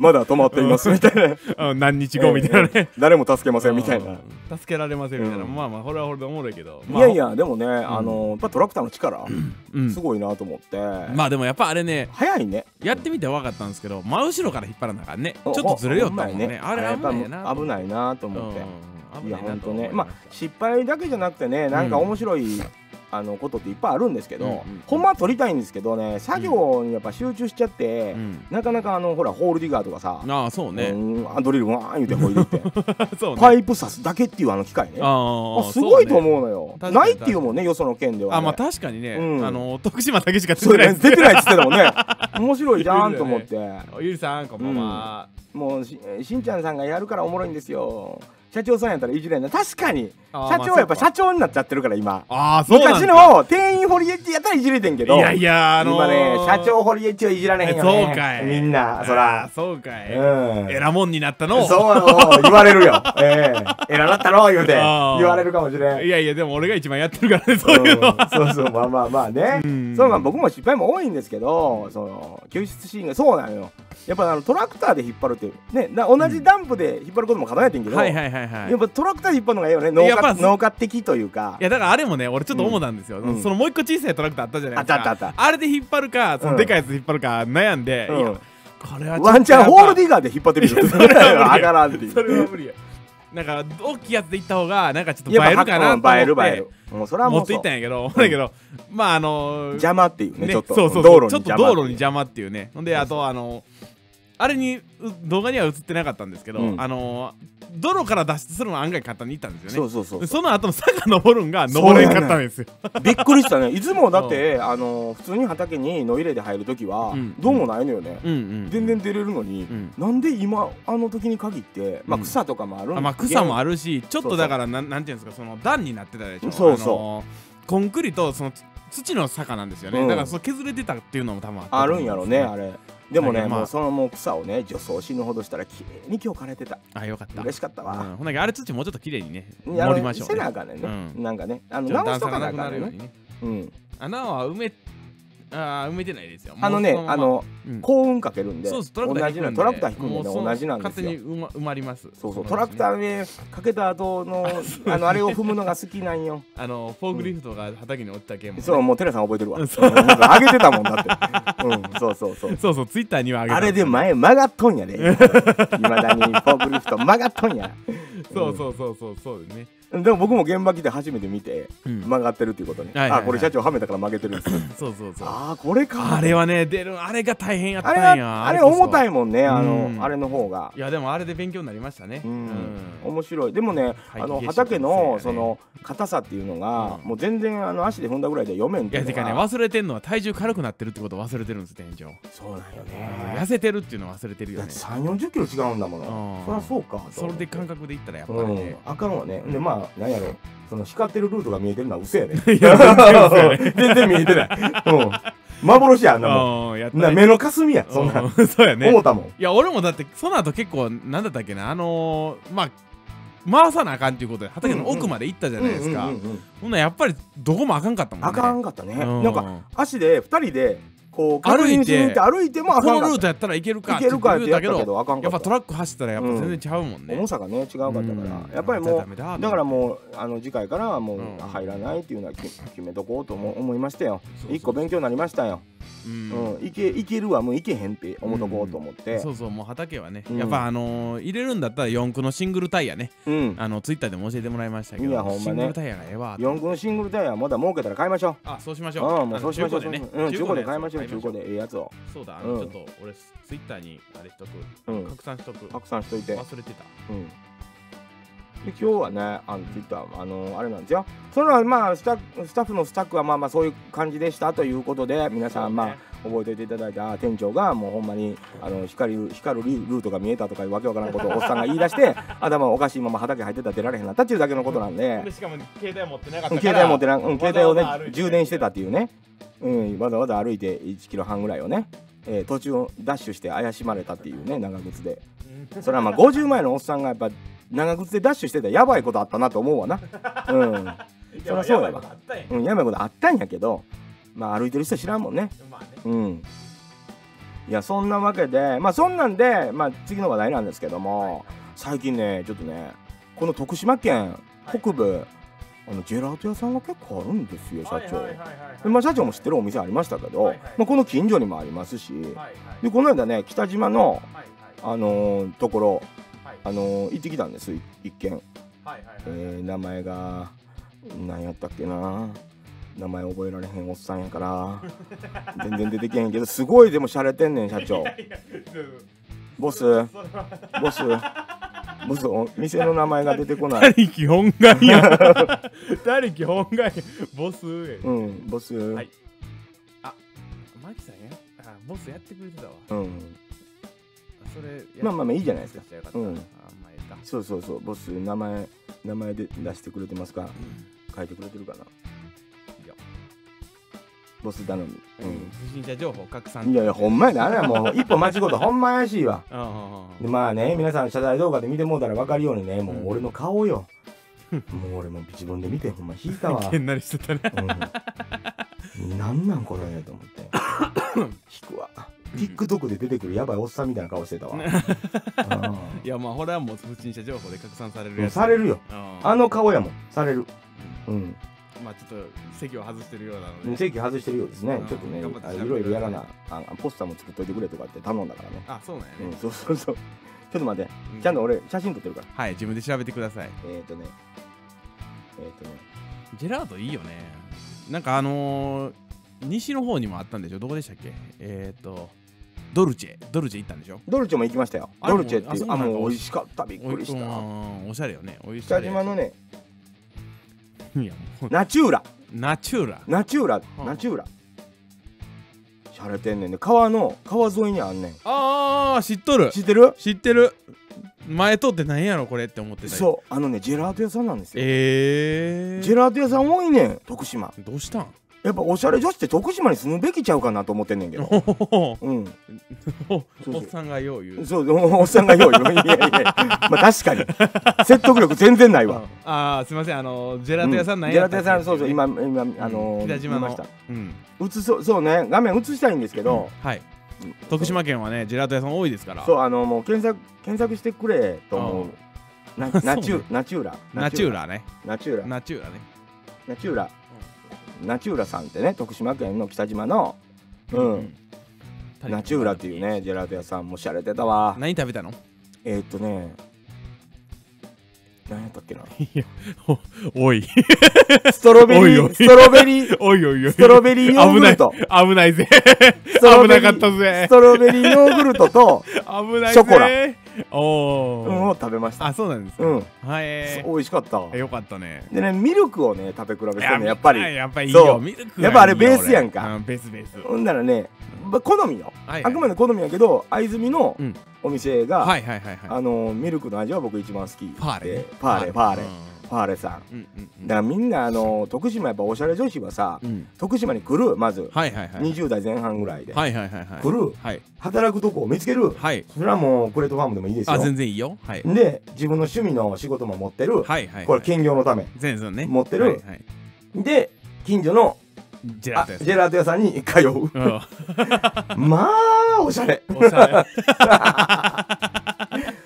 まだ止まっていますみたいな。うん何日後みたいなね。誰も助けませんみたいな。うん助けられませんみたいな、うんまあまあこれはこれでおもろいけど、いまあ、やいや、でもね、あの、やっぱトラクターの力、うんすごいなと思って。まあでもやっぱあれね早いね。やってみて分かったんですけど真後ろから引っ張らなあかんねちおょっとずれよったもんねほまやあれ危ないなやっぱ危ないなとと思って。うんい危やないほなんとと思いねままあ失敗だけじゃなくてねなんか面白い、あのことっていっぱいあるんですけど、うんうんほんまは撮りたいんですけどね作業にやっぱ集中しちゃって、うんなかなかあのほらホールディガーとかさ、ああそうね、うんアドリルわーん言うてほいでって そうねパイプ刺すだけっていうあの機械ねあーあすごいとそうね思うのよ確かなにいっていうもんねよその県では、ね、あまあ確かにね、うんあの徳島だけしか出そうてねないです出てないっつってたもんね面白いじゃんと思って、お ゆりさんこんばんは、もうししんちゃんさんがやるからおもろいんですよ社長さんやったらいじれんな確かにあー社長はやっぱまあそ社長になっちゃってるから今ああそうなんだ昔の店員堀江ってやったらいじれてんけどいやいやあのー、今ね社長堀江っちはいじられへんよねそうかいみんなそあらーそうかい、うんえらもんになったのそうよ言われる よええ偉なったろ言うてあー言われるかもしれんいやいやでも俺が一番やってるからねうそんういうのはそうそうまあまあまあねうんそうまあ僕も失敗も多いんですけどその救出シーンがそうなのよやっぱあのトラクターで引っ張るっていうねな同じダンプで引っ張ることも課題やってんけどはいはいはいはいやっぱトラクターで引っ張るのがいいよね農やっぱ家農家的というかいやだからあれもね俺ちょっと思ったんですよ、うんそのもう一個小さいトラクターあったじゃないですかあったあったあっれで引っ張るかそのでかいやつ引っ張るか悩んで、うんいやこれはワンチャンホールディィガーで引っ張ってみるよれ は無理や上がらんっていうそれは無理やなんか大きいやつで行った方がなんかちょっと映やっぱえるかなと思っうんて映える映えるもうそれはも持うってそいうったんやけど、だけどまああのー邪魔っていうねねちょっとそうそうそう道路にちょっと邪道魔路に邪魔っていうねほんであとあのあれにう動画には映ってなかったんですけど、うんあのー泥から脱出するのは案外簡単にいったんですよねそうそうそうでその後の坂登るんが登れんかったんですよびっくりしたねいつもだ って、あの普通に畑に野入れで入る時は、うんどうもないのよね、うんうん全然出れるのに、うんなんで今あの時に限って、まあ、うん草とかもあるんあまあ草もああるしちょっとだからなんなんていうんですかその段になってたでしょそうそうあのーコンクリとそのつ土の坂なんですよね、うんだからその削れてたっていうのも多分あったあると思んうやろですねよあれでもね、だけどまあもうそのもう草をね除草死ぬほどしたら綺麗に今日枯れてたあよかった嬉しかったわ、うん、ほんだけあれ土もうちょっと綺麗にねいや盛りましょう、せねなあ、かんねんね、うんなんかねあのちょっと直し段と差かがなあかなくなんるようねにねうん、穴は埋めあー埋めてないですよあのねもうそままあのうん幸運かけるんでそうですトラクター同じなトラクター引くんでねもうその同じなんですよ勝手に埋ま埋まりますそうそうトラクターーねかけた後 のあのあれを踏むのが好きなんよあのフォークリフトが畑に落ちた件もね、そうもうテラさん覚えてるわううんんそうあげてたもんだってうんそうそうそう そうそうツイッターにはあげたあれで前曲がっとんやでいまだにフォークリフト曲がっとんやそうそうそうそうそうですね、でも僕も現場来て初めて見てうん曲がってるっていうことねはいはいはいあこれ社長はめたから曲げてるんですよそうそうそうああこれかあれはね出るあれが大変やったあんれやはあれ重たいいもんねあうのんあれの方がいやでもあれで勉強になりましたねううんん面白いでもねはいあの冷え性畑のですそねの硬さっていうのがうんもう全然あの足で踏んだぐらいじゃ読めんっいていやうてのかねが忘れてんのは体重軽くなってるってことを忘れてるんです店長そうなんよ痩ねせてるっていうのは忘れてるよだっねて3 4 0キロ違うんだもうんのそりゃそうかそれで感覚でいったらやっぱりうんね、あかんわね。で、まあ、なんやろ。その光ってるルートが見えてるのは嘘やね。 いや全然 嘘全然見えてない。うん。幻や、あんなもうんやっん。なたね目の霞や、そんな。うん そうやね思ったもん。いや俺もだってその後結構なんだったっけなあのー、まあ回さなあかんっていうことで畑の奥まで行ったじゃないですか、うんうんうんうんほんならやっぱりどこもあかんかったもんねあかんかったね。うんなんか、足で、二人で、こう、確歩いて認しに行って歩いてもあかこんのかルっーた。トやったらいけるか行ってけ言るってかって言うやったたけけどど、あかんかやっっぱトた。ラック走ったらやっぱ全然ちゃうもんね、重さがね、違うかったからう、んやっぱりもダう、メだだからうもう、あの、次回からはもううん、入らないっていうのはき決めとこうと思思いましたよそう。そう一個勉強になりましたよ。うんうん。いけ、いけるわ、もういけへんって思っとこうと思ってそ。うそうもう畑はね、うんやっぱあのー、入れるんだったら四駆のシングルタイヤねうん。あのツイッターでも教えてもらいましたけどいやほんまねシングルタイヤがええわ四軍シングルタイヤはまだ儲けたら買いましょあそうしましう。ょううん、もうそうしましょう。あの中古でねうん、中古でのや買いつましょう。中古でええやつを。そうだあの、うんちょっと俺ツイッターにあれしとくうん、拡散しとく拡散しといて。忘れてたうん。で今日はね、あのツイッター、あのあれなんですよ。それはまあスタッフスタッフのスタックはまあまあそういう感じでしたということで、皆さんまあ覚えておいていただいた店長がもうほんまにあの光る光るルートが見えたとかいうわけわからんことをおっさんが言い出 して、頭おかしいまま畑入ってたら出られへんなったっていうだけのことなんで で。しかも携帯持ってなかったから携帯持ってな、うん、携帯をねわざわざ歩いて充電してたっていうね、うん、わざわざ歩いて1キロ半ぐらいをね、えー途中をダッシュして怪しまれたっていうね長靴でそれはまあ50前のおっさんがやっぱ長靴でダッシュしてたらやばいことあったなと思うわなうん、いそりゃそうやわばいことあったんやうん、やばいことあったんやけどまあ歩いてる人知らんもんねまあねうんいやそんなわけでまあそんなんで、まあ、次の話題なんですけども最近ねちょっとねこの徳島県北部、あのジェラート屋さんが結構あるんですよ社長、はいはいはいはいでまあ、社長も知ってるお店ありましたけど、はいはいまあ、この近所にもありますし、はいはいでこの間ね北島の、はいあのーところ、はいあのー行ってきたんですい一見、はいはいはいえー名前が何やったっけな名前覚えられへんおっさんやから全然出てけへんけどすごいでも洒落てんねん社長いや うんボスそれはボスボスお店の名前が出てこない他力本願や 他力本願やボスやうんボス、いマキさんやあボスやってくれてたわうんそれやまあまあまあいいじゃないですかよったうんあんまあええかそうそうそうボス名前名前で出してくれてますか書いてくれてるかないいよボス頼み、うん不審者情報拡散いやいやほんまやなあれはもう一歩間違うとほんま怪しいわうんうんうんでまあね皆さん謝罪動画で見てもうたら分かるようにねもう俺の顔よ、もう俺も自分で見てほんま引い たわ、 変なりしてたねうん、なんなんこれと思って引くわ TikTok で出てくるやばいおっさんみたいな顔してたわいやまあこれはもう不審者情報で拡散されうるんやつされるよああの顔やもんされるうんまあちょっと席を外してるようなので席外してるようですね、うんちょっとね頑張ってあ調べていろいろやらなああポスターも作っといてくれとかって頼んだからねあそうなんやうんねそうそうそうちょっと待ってうちゃんと俺写真撮ってるからはい自分で調べてくださいえっ、ー、とねえっ、ー、とねジェラートいいよねなんかあのー、西の方にもあったんでしょどこでしたっけえっ、ー、とドルチェドルチェ行ったんでしょドルチェも行きましたよあドルチェっていもうあそううあなんだもう美味しかったびっおくりしうたんおしゃれよねおいしゃ北れ島のねいやもうナチューラナチュラナチューラうんナチューラしゃれてんねんで川の川沿いにあんねんああ知っとる知ってる知ってる前通ってなんやろこれって思ってたうそうあのねジェラート屋さんなんですよえジェー、ラート屋さん多いねん徳島どうしたんやっぱおしゃれ女子って徳島に住むべきちゃうかなと思ってんねんけどおおうんおそうっさんがよう言うそうおっさんがよう言ういやいやいやまあ確か に説得力全然ないわああすいませんあのジェラート屋さんなんジェやラっートたっ屋けね、さんそうそう今今あのー北島見のましたうん映そうそうね画面映したいんですけどはい徳島県はねジェラート屋さん多いですからそうあのもう検索検索してくれと思うなそうねナチュ ナチューラナチュラねナチューラナチュラねナチューラナチューラさんってね徳島県の北島のうんナチューラっていうねジェラート屋さんもしゃれてたわ何食べたのえーっとね何やったっけなおい ストロベおリいおーいストロベリーおいおいおいストロベリーヨーグルト危ないぜ ストロ危ベリなーかったぜストロベリーヨーグルトと、危ないぜショコラおうん、をお食べましたあそうなんですかうんはそいうえ美味しかったわーよかったねでねミルクをね食べ比べしていねやっぱりやっぱりいいそようミルクがいいよやっぱあれベースやんか俺うベースベースほんならね、ま好みよ、はいはあいくまで好みやけど藍住のうんお店が、はいはいはいはあいのミルクの味は僕一番好きでパーレねパーレパーレパーレさんうんうんうんだからみんなあの徳島やっぱおしゃれ女子はさ、うん徳島に来るまず、はいはいはい20代前半ぐらいで、はいはいはいはい来るはい働くとこを見つけるはいそれはもうプレートファームでもいいですよあ全然いいよはいで自分の趣味の仕事も持ってる、はいはいこれ兼業のため全然ね持ってるはいはいで近所のジェラあート屋さジェラート屋さんに通 うまあおしゃれんうんおしゃれ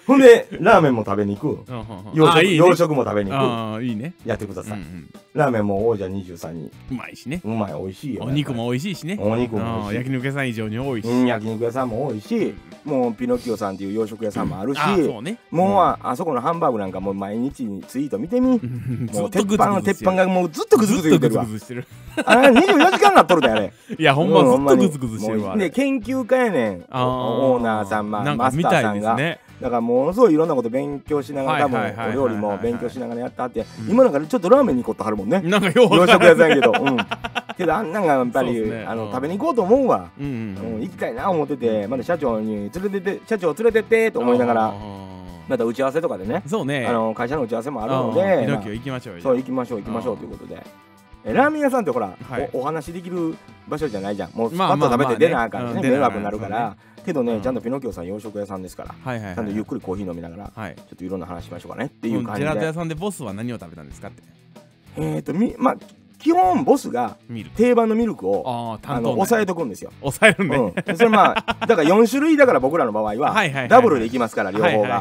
ほんでラーメンも食べに行くうんうんうん洋あ食いいね洋食も食べに行ああいいねくやってくだうんうさい、んラーメンも王者23にうまいしねうまい美味しいよお肉も美味しいしねお肉あもあ美味し焼い肉屋さん以上に多いしうん焼肉屋さんも多いしもうピノキオさんっていう洋食屋さんもあるし、あそうねもうあ,、そこのハンバーグなんかもう毎日ツイート見てみ、うんずもっう鉄とグツグツ板の鉄板がもうずっとグズグズ言ずっってとるわグズグズしてるあれ24時間なっとるであれいやほんうまずっにとグズグズしてるもわうで研究家やねんあーオーナーさん、まなあ、んかマス見ターたさいんですが、ねだからものすごいいろんなこと勉強しながら多はいはいはい分はいお料理も勉強しながらやったってうん今なんかちょっとラーメンに行こうとはるもんねなんかよう洋わか食ら屋んさんやけど、 うん、けどあんなんがやっぱそうっり、すねあうのん食べに行こうと思うわ、うんうんうんうん行きたいな思っててまだ社長に連れてて社長連れてってと思いながあらーまた打ち合わせとかでね、そうねあの会社の打ち合わせもあるのうんでピまノあキオ行きましょうよそう行きましょう行きましょうということで。えラーメン屋さんってほら、はいおお話しできる場所じゃないじゃんもうまあパッとまあ食べまあてね出なあかんしうんね出迷なあかん惑になるからけどうねんちゃんとピノキオさん洋食屋さんですからはいはいはいちゃんとゆっくりコーヒー飲みながらはいちょっといろんな話しましょうかねってジいう感じェラート屋でさんでボスは何を食べたんですかってえっとみまあ基本ボスが見る定番のミルクをあああ担の当抑えとくんです よ抑えうるんでんそれまあだから4種類だから僕らの場合はいはいはいははいダブルでいきますから両方はがいはいは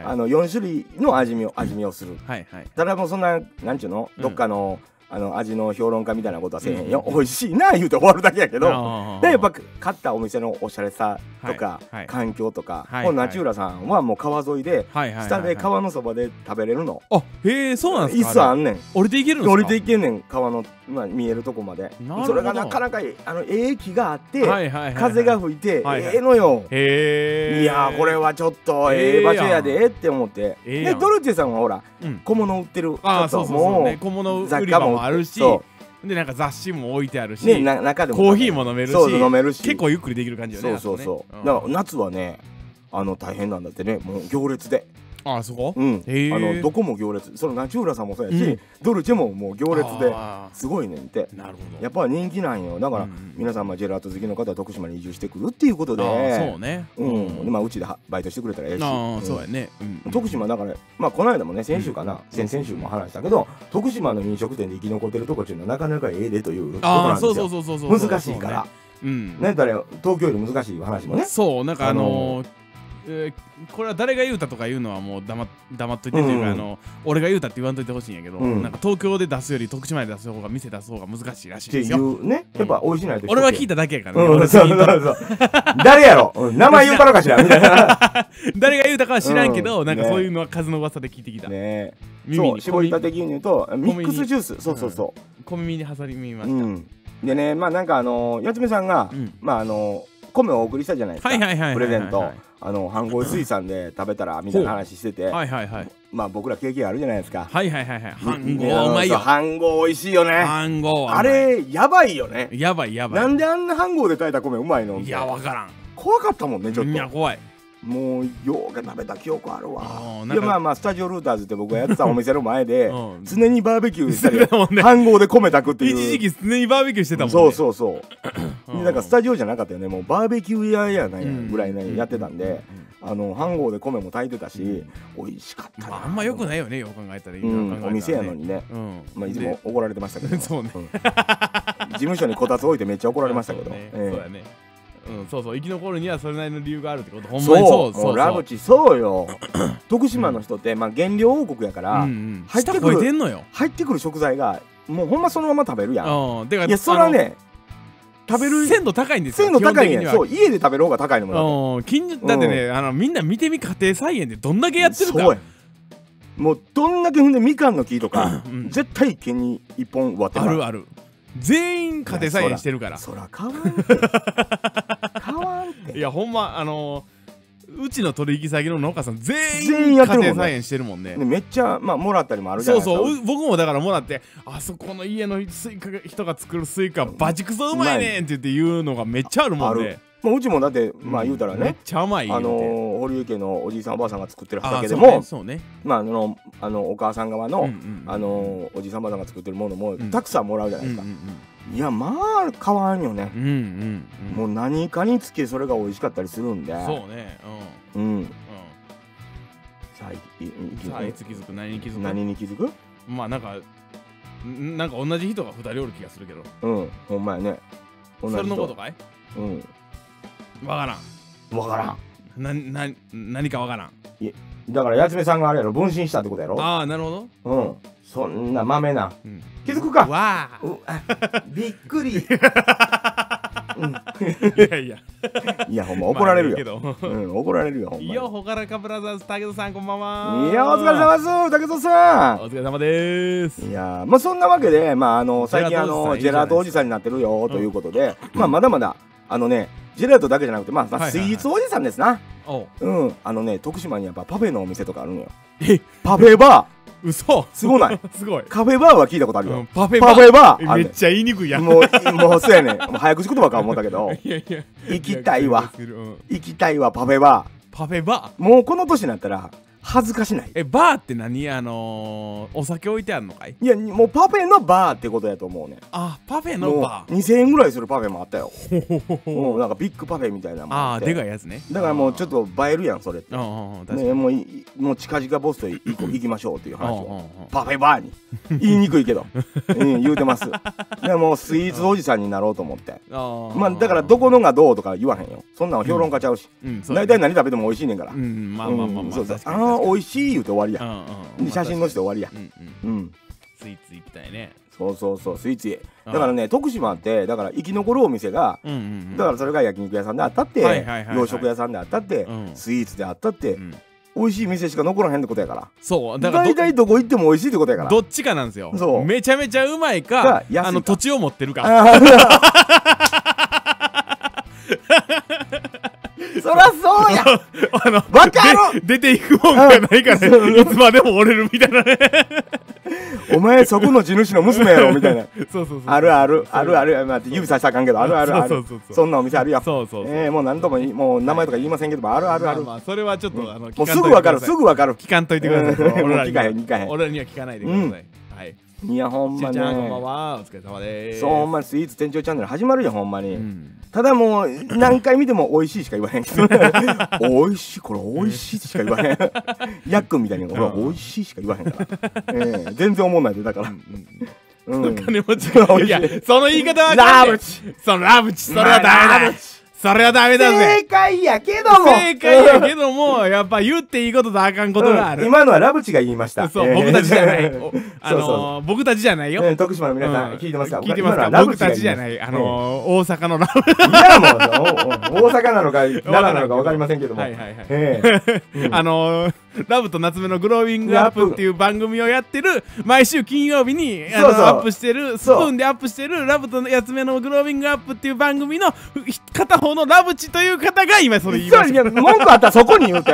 いはあいの4種類の味見を味見をするはいはいただもうそんななんちゅうのうんどっかのあの味の評論家みたいなことはせえへんよ美味しいな言うて終わるだけやけどあーでやっぱ買ったお店のおしゃれさとか、はいはい環境とか、はいこのナチューラさんはもう川沿いで、はいはいはいはい下で川のそばで食べれるの、あへえそうなんです椅か子あれんねん降りていけるんですか降りていけんねん川の、まあ、見えるとこまでほどそれがなかなかあのええ木があって、はいはいはいはい風が吹いて、はいはいええのよ、へえいやーこれはちょっとええええ場やん所やでって思って、ええやでんドルチェさんはほらうん小物売ってるああちょっそうとそうそうねも小物雑貨も売り場もあるしそでなんか雑誌も置いてあるしうねな中でもコーヒーも飲めるしそうそう飲めるし結構ゆっくりできる感じよそねうそうそう、だあそかこらね夏はねあの大変なんだってねもう行列でうんああそこうんへえあのどこも行列そのナチューラさんもそうやし、うんドルチェももう行列であすごいねんってーなるほどやっぱ人気なんよだから、うんうん皆さんまあジェラート好きの方は徳島に移住してくるっていうことでああそうねうんでまあ、うちではバイトしてくれたらええしああそううんやねうん徳島だから、まあ、この間もね先週かな、先々週も話したけど徳島の飲食店で生き残ってるとこっていうのはなかなかええでということあなんあですよそうそうそうそうそうそう難しいから、うんねだから東京より難しい話もねそうなんかあのーえーこれは誰が言うたとか言うのはもう黙っ黙っといてというか、うんあの俺が言うたって言わんといてほしいんやけど、うんなんか東京で出すより徳島で出す方が店出す方が難しいらしいっんてでいすようねやっぱ美味しないと俺は聞いたただけやからね、う俺ん、そう別そうにそう誰やろ、うん名前言うからかしらみたい な誰が言うたかは知らんけど、うんなんかねそういうのは数の噂で聞いてきた、ねえ耳そうに絞りたて牛乳とミックスジュースにそうそうそ小耳に挟みまう、しうん、でねまあなんかあのー八つ目さんが、うんまああのー米をお送りしたじゃないですか、はいはいはいはいはいプレゼントあの飯盒水産で食べたらみたいな話してて、はいはいはいまあ僕ら経験あるじゃないですかはいはいはいはい飯盒はうまいそうよ飯盒美味しいよね飯盒はうまいあれやばいよねやばいやばいなんであんな飯盒で炊いた米うまいのいやわから怖かったもんねちょんっいやと怖いもうようが食べた記憶あるあわーいなんかやまあまあスタジオルーターズって僕がやってたお店の前でうん常にバーベキューしたり してたもんね飯盒で米炊くっていう一時期常にバーベキューしてたもんねそうそうそう、うんなんかスタジオじゃなかったよねもうバーベキュー屋やないやうんぐらいね、やってたんで、あの飯盒で米も炊いてたし、美味しかったまなああんま良くないよねよく考えたらいろういろ考えたんらおね店やのにね、うんまあ、いつも怒られてましたけでど そうね事務所にこたつ置いてめっちゃ怒られましたけどそうねええそうやねうんそうそう生き残るにはそれなりの理由があるってことほんまにそそううそそううラブチそう よ徳島の人って、まあ、原料王国やから、うんうん入って舌くる超えてんのよ入ってくる食材がもうほんまそのまま食べるやん、うんてかいやそれはねあの食べる鮮度高いんですよ鮮度高いね基そう本家で食べる方が高いの的もにだってはうん近所だってねあのみんな見てみ家庭菜園でどんだけやってるそうかやもうどんだけ踏んでみかんの木とか、うん絶対毛に一本割ってあるあある全員家庭菜園してるからそら買わんって 買わんっていやほんまあのーうちの取引先の農家さん全員全員家やってるもんね庭菜園してるもんねでめっちゃまあもらったりもあるじゃなそいうですかそうう僕もだからもらってあそこの家のスイカが人が作るスイカバチクソうまいねんって言って言うのがめっちゃあるもんあるねまあ、うちもだってまあ言うたらめっね、ちゃ甘いあの言うてー堀江家のおじいさんおばあさんが作ってるあ畑ーでもそうねまああのあのお母さん側の、そうねうんうんあのーおじいさんおばあさんが作ってるものも、んたくさんもらうじゃなういでんすうか、んいやまあ買わんよねうんうんうんうんもう何かにつけそれが美味しかったりするんでそうねう、ん、うさあいいいんうんさあいいつ気づく何に気づく何に気づくまあなんかんなんか同じ人が2人おる気がするけどうん、ほんまやね。同じ人それのことかいうん。わからんわからん。なな何かわからんだから、やつめさんがあれやろ、分身したってことやろ。ああなるほど、うん。そんな豆な。うん、気づくか。わあうあびっくり。い やいやいや、ほんま怒られるよ。まあいいけどうん、怒られるよ、ほんまに。いいや、やほからかブラザーズ武田さんこんばんはお疲れ様です、竹田さん。お疲れ様でーすいやーまあそんなわけで、まあ、あの最近あのジジェェララーートトおおじじささんになってるよということで、まあ、まだまだあのねジェラートだけじゃなくて、まあまはあ、いスはイいはいーツおじさんですな、おううんあのね徳島にやっぱパフェのお店とかあるのよえパフェバ嘘ーすごないすごい、カフェバーは聞いたことあるよ、うん、パフェバパフェバーあめんっねちゃ言いにくいやんんもう、もうそうやねん。もう早口言葉か思ったけ ど、いやいや行きたいわ。うん行きたいわ、パフェバパフェバーー。もうこの年になったら、恥ずかしない。えバーって何あのー、お酒置いてあるのかいいや、もうパフェのバーってことやと思うねん。あパフェのもうバー2000円ぐらいするパフェもあった よ。もうなんかビッグパフェみたいなのもああってでかいやつねだからもうちょっとと映えるやん、それって。うんうんうん確かにね、もうい、もう近々ボスとい行こう行きましょうっていう話うんうんうをん。パフェバーに。言いにくいけ ど、うん、言うてます。でもうスイーツおじさんになろうと思って。あまあだからどこのがどうとか言わへんよ。そんなん評論家ちゃうし。うんそうだ大ね体何食べても美味しいねんからう。んまあまあまあうんまあ、そうそう確かにああ美味しい言うて終わりや、あで写真載せて終わりやうんうんうんスイーツ行きたいねそうそうそうスイーツへあだあからね徳島ってだから生き残るお店がうんうんうんだからそれが焼肉屋さんであったって、はいはいはいはい洋食屋さんであったって、うんスイーツであったって、うん美味しい店しか残らへんってことやからそうだからど大体どこ行っても美味しいってことやからどっちかなんですよそうめちゃめちゃうまいがか安いかあの土地を持ってるかあー そらそう やあのわかるで出ていくもんがないからうんねいつまでも折れるみたいなねお前そこの地主の娘 やろみたいなそうそうそうあるあるそうあるあるまあ指さしたらあかんけどあるあるあそうるそうそうそうそんなお店あるやんそうそうそうええもう何度もいもう名前とか言いませんけどもあるあるある、まあまあそれはちょっとあのもうすぐわかるすぐわかる聞かんといてくださうんいも俺らう聞にかはへん聞かへん俺らには聞かないでくださいはいいやほんしまゅうねちゃんこんばんはお疲れ様ですそうほんまスイーツ店長チャンネル始まるよほんまに、うんただもう何回見ても美味しいしか言わへん けど美味しいこれ美味しいしか言わへんヤックンみたいに俺は美味しいしか言わへんから、ええ全然思んないでだからうん、お金持ちがいやその言い方はあかんねラブチそのラブチそれはダメラだブチそれはダメだぜ正解やけども正解やけどもやっぱ言っていいこととあかんことがあうんる今のはラブチが言いましたそうええ僕たちじ ゃないおあそうそうのー僕たちじゃないよえー徳島の皆さん、うん聞いてますか聞いてます今かのは僕たちじゃないあのー大阪のラブえーいやもうおお大阪なのか奈良なのか分かりませんけどもはいはいはいええあのーラブと夏目のグロービングアップっていう番組をやってる毎週金曜日にあのそうそうアップしてるスプそうーンでアップしてるラブと夏目のグロービングアップっていう番組のひ片方のラブチという方が今それ言いまそうしいたや文句あったらそこに言う て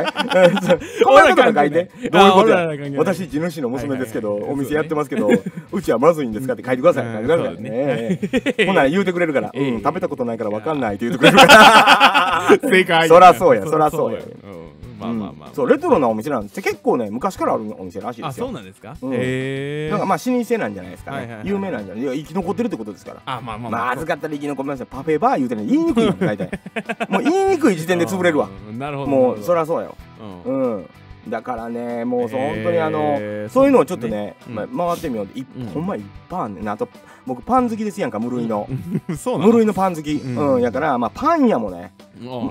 こんなことが書いてど俺ら関係ないういうことあ俺らや関係ない私地主の娘ですけど、はいはいはいお店やってますけど、うちはまずいんですかって書いてください、うん書いてくださいそうだねほんなら言うてくれるから、 ええうん食べたことないからわかんないって言うてくれるから正解そらそうやそらそうやうんまあまあまあ、うんそうレトロなお店なんです結構ね昔からあるお店らしいであすよそうなんですか、うんへえなんかまあ老舗なんじゃないですか、ねはいはいはい有名なんじゃないいや生き残ってるってことですからあまあまあまずかったら生き残りますよパフェバー言うてね言いにくいよ大 体もう言いにくい時点で潰れるわうんなるほどもうそら、らそうやようんうんだからねもうそうへー本当にあの、そういうのをちょっとねそうですねまあ、回ってみようって、いうんほんまいっぱいあんねんなあと僕パン好きですやんか無類の、 そうな無の類のパン好き、ううんんやから、まあ、パン屋もね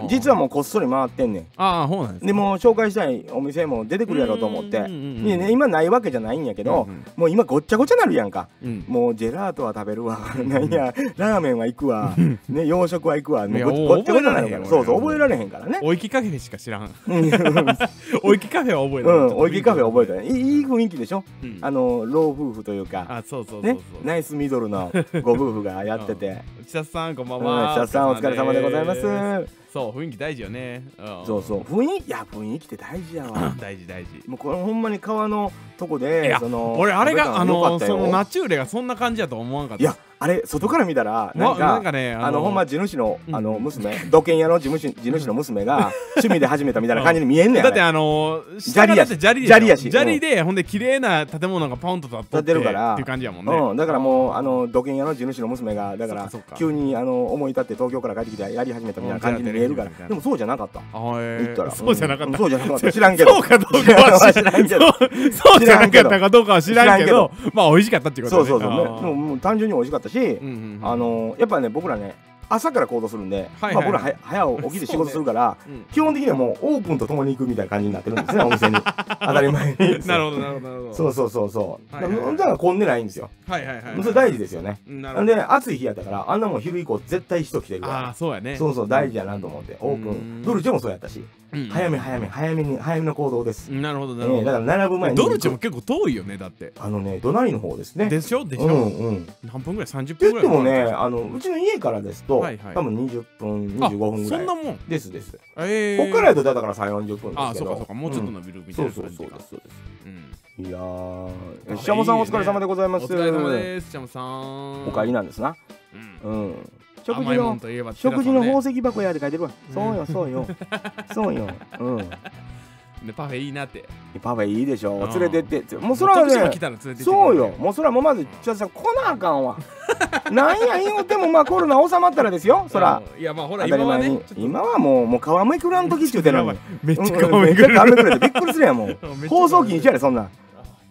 実ははもうこっそり回ってんねんああそうなんですでもう紹介したいお店も出てくるやろうと思ってうんうんうんうんでね今ないわけじゃないんやけど、うんもう今ごっちゃごちゃなるやんかうんもうジェラートは食べるわなんやラーメンは行くわ、ね、洋食は行くわもうごいやごっちゃごちゃなるから覚えられへんわそうそう覚えられへんからねおいきカフェしか知らんうん おいきカフェは覚えたうん、おいきカフェ覚えたえね。いいい雰囲気でしょ、うんあの、老夫婦というか、あそうそうそうねそう、ナイスミドルのご夫婦がやって て。うん千田さんこんばうんん、は社さんお疲れ様でございます。そう雰囲気大事よねん。そうそう、雰囲気、いや、雰囲気って大事やわ 大事大事もうこれほんまに川のとこいでや、その、俺あれが食べあた良かのったそよのナチューレがそんな感じやと思わんかったいや、あれ、外から見たら、ななんんか、かねあのほんま地主のうんあの娘、土建屋の地主地主の娘 が趣味で始めたみたいな感じに見えんねんだあってれあのー、砂利やし砂利で砂利やし砂利で、ほんで綺麗な建物がポンと立っと立ってるからっていう感じやもんね、うん、だからもうあの土建屋の地主の娘がだからそっかそっか急にあの思い立って東京から帰ってきてやり始めたみたいな感じに見えるからうんでもそうじゃなかったあーえー言ったらそうじゃなかった、うんそうじゃなかった知らんけどそうかどうかは知らんけどそうそうじゃなかったかどうかは知らんけどまあ美味しかったっていうそことうねそうそうあねーでももう単純に美味しかったしうんうんうんあのやっぱね僕らね朝から行動するんでまあはいはい僕らは早起きで仕事するからそうねうん基本的にはもうオープンと共に行くみたいな感じになってるんです ねお店に当たり前になるほどなるほどなるほどそうそうそうそうだはいかはいはらいだから混んでないんですよはいはいはいそれ大事ですよねうんなるなほんどで暑い日やったからあんなもん昼以降絶対人来てるからああそうやねそうそう大事やなと思ってオープうンんドルチェもそうやったしうん早め早め早めに早めの行動です、なるほどえなるーほだど、から並ぶ前にドルチェも結構遠いよねだってあのね隣の方ですねでしょでしうんょ、うんって何分ぐらい30分言ぐっらいてもねあのうちの家からですと、はいはい多分20分あ25分ぐらそいんなもんですです、ええこっからやとだから3 4 0分ですけどああそうかそうかもうちょっとん伸びるみたそいうなそう感じそうかですそうでうんすいやーあシャモさんいいおね疲れ様でございおます疲れ様ですシャムさんお帰りなんですなうんうん食甘事いものんといえば食事の宝方石箱やって書いてるわ、そうよそう よそうようんパフェいいなってパフェいいでしょうん連れてってってもうそれは徳島ね来たら連れてってくれるそうよもうそらもうまずちょっとさ来なあか んわなんや言うてもまあコロナ収まったらですよそらうんいやまあほ当たらり今は前にねちょっと今はもうもう皮むくらんときっちゅうてんのにめっうんちゃう顔んめめっちゃく皮る めくれてびっくりするやんもうめっちゃ放送禁止やでそんなんあ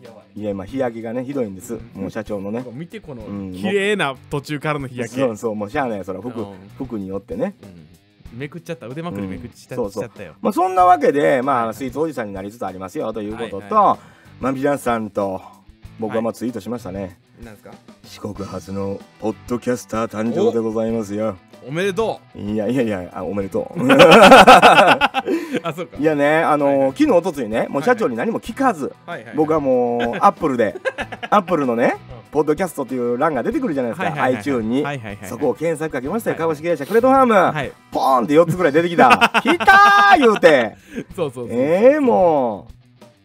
やばいいや今日焼けがねひどいんですもう社長のなねんか見てこのうん綺麗な途中からの日焼けそうそうもうしゃあないよそら服うん服によってねうんめくっちゃった腕まくりめくっちゃうんしちゃったよまあそんなわけでまあスイーツおじさんになりつつありますよということはいとまあ皆さんと僕はまあツイートしましたねなんですか四国初のポッドキャスター誕生でございますよおめでといやいやいやあおめでとう う あそうかいやねあのーはいはい昨日おとついねもう社長に何も聞かず、はいはい僕はも うアップルでアップルのね、うポッドキャストっていう欄が出てくるじゃないですか、はいはいはい iTune に、はいはいはいはいそこを検索かけましたよ、はいはい株式会社クレドファーム、はいポーンって4つぐらい出て きた来たー言うてそうそうそうええも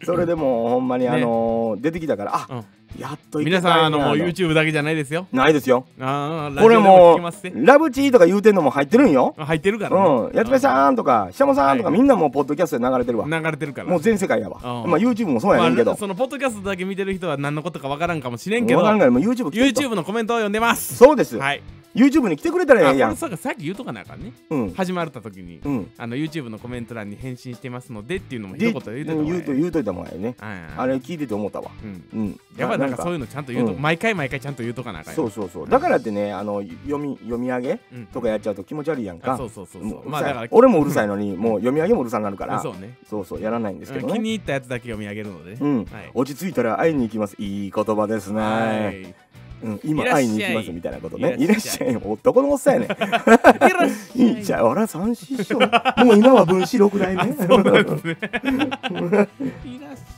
うそれでもうほんまにねあのー出てきたからあ、やっと行けた皆さんあのもうな YouTube だけじゃないですよないですよああこれも聞きますねうラブチーとか言うてんのも入ってるんよ入ってるからねうん、やつべさんとか、しゃもさんとか、はいみんなもうポッドキャストで流れてるわ。流れてるからもう全世界やわ。うんまあ、YouTube もそうやねんけまどあ。そのポッドキャストだけ見てる人は何のことかわからんかもしれんけもどうなんかもう YouTube 来てと YouTube のコメントを読んでますそうです。はい YouTube に来てくれたあらええやこれん。そうかさっき言うとかなあかんねうん。始まった時にうん。あの YouTube のコメント欄に返信してますのでっていうのも一で言言うてたうんわ言うと言うといたもんやね。ああれ聞いてて思ったわ。うんうん。やっぱなんかそういうう。のちゃんと言うとうん毎回毎回ちゃんと言うとかなあかんよそうそうそう。だからってね、あの読み読み上げうんとかやっちゃうと気持ち悪いやんあかそ。うそうそうもそうううまあるさだいから俺もうるさいのに、もう読み上げもうるさになるからそ。うねそうそうやらないんですけど気ね。に入ったやつだけ読み上げるのでうねんはい。 落ち着いたら会いに行きます。いい言葉ですね。うん、今いらっ会しゃいいに行きますみたいなことねいいららっっししゃゃい男のおっさんやねいらっ しいいんちゃう俺は三師匠もう今は分子六代目ゃい。いらっ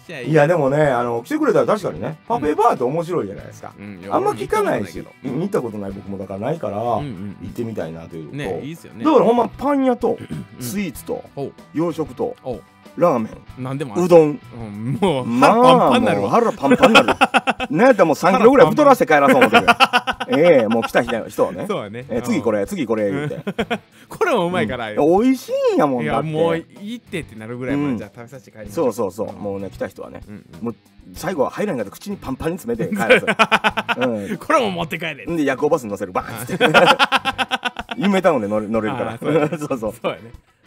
しゃい。いやでもねあの来てくれたら確かにねパフェバーって面白いじゃないですか、うん、あんま聞かないしや俺もうん見たことない僕もだからないから、行ったことないけどうんうん行ってみたいなといううのん。と、ね、いいっすよね。だからほんまパン屋とうんスイーツとおう洋食とおうラーメなんでもあンるうどんうん、もうま腹パンあパンになるもうわ。腹パンパンに なるなんやったらもう3キロぐらい太らせて帰らそう思ってる ええもう来た日だよ人はねそうだね。え次これ。れ次これ言 うてこれもうまいから。うん美味しいんやもいんだや、ってもういいってってなるぐらいまうんで、じゃあ食べさせて帰りましょそうそうそううもうね来た人はねん。うん最後は入らんかった口にパンパンに詰めて帰 らせる、これも持って帰れう。ん、で夜行バスに乗せるバーンって 夢タウンで乗れ乗れるからあ ーそうそうそうやね。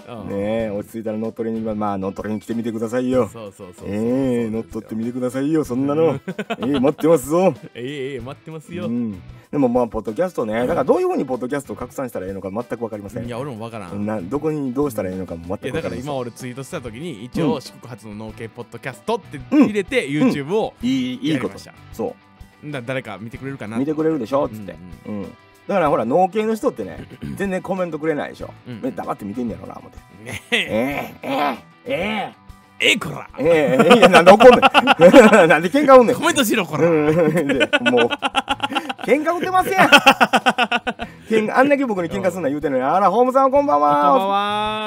うんねえ落ち着いたら乗っ取りにまあ乗っ取りに来てみてくださいよそうそうそうそう。ええ乗っ取ってみてくださいよそんなのええ待ってますぞええええ、待ってますうよ。んでもまあポッドキャストねだからどういうふうにポッドキャストを拡散したらいいのか全く分かりませんいや、俺もわからん。などこにどうしたらいいのかもい全く分やだかかりまらせん今俺ツイートした時に一う応ん四国初の農系ポッドキャストってうん入れて YouTube をいいいいこやりとましたそだ誰か見てくれるかうな見てくれるでしょっつって、うんだからほら農系の人ってね全然コメントくれないでしょ、うんうんね黙って見てんねやろな思ってねえええええええこらえええいやなんで怒んね んなんで喧嘩売んねんコメントしろこうらんでもう喧嘩売ってません喧嘩あんだけ僕に喧嘩すんな言うてんのにあらホームさんこんばんこんばんは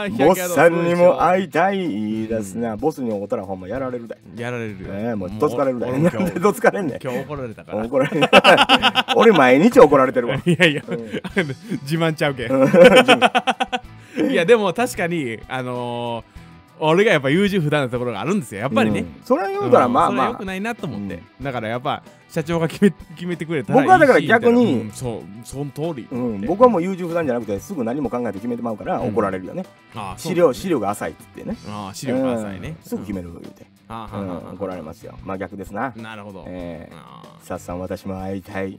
は日ボ焼けス跡さすごんいにでしょも会いたいですね、ボスに怒ったらほんまやられるでやられるよええもうどつかれるで俺なもんでどつかれんねん今日怒られたから怒られる 俺毎日怒られてるわいやいや、自慢ちゃうけん いやでも確かにあのー俺がやっぱ優柔不断なところがあるんですよやっぱりね、うんそれは言うたらまあうんそれは良まくないなと思って、うだからやっぱ社長が決め決めてくれたら僕はだからいいしみたいな逆にうんそうその通り、あ、うん、僕はもう優柔不断じゃなくてすぐ何も考えて決めてまうからうん怒られるよね、ああそう資料資料が浅いっつってねああ資料が浅いねう、んすぐ決める言うて、ああはうあんはあはあ怒られますよまあ逆ですな、なるほど、ええあさっさん私も会いたい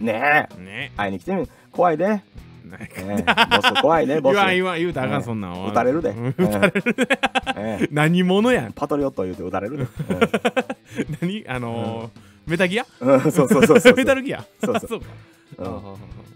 ねえあね会いに来てみ怖いで、ね なんかえ ボス怖いでボ言スわん言わん言うたらあかうんんそんなんは撃たれるで、うんうんええ何者やん パトリオット言うて撃たれるで、何あのーメタギアうんうんそうそうそうそう メタルギアそうあそうそうかうんあ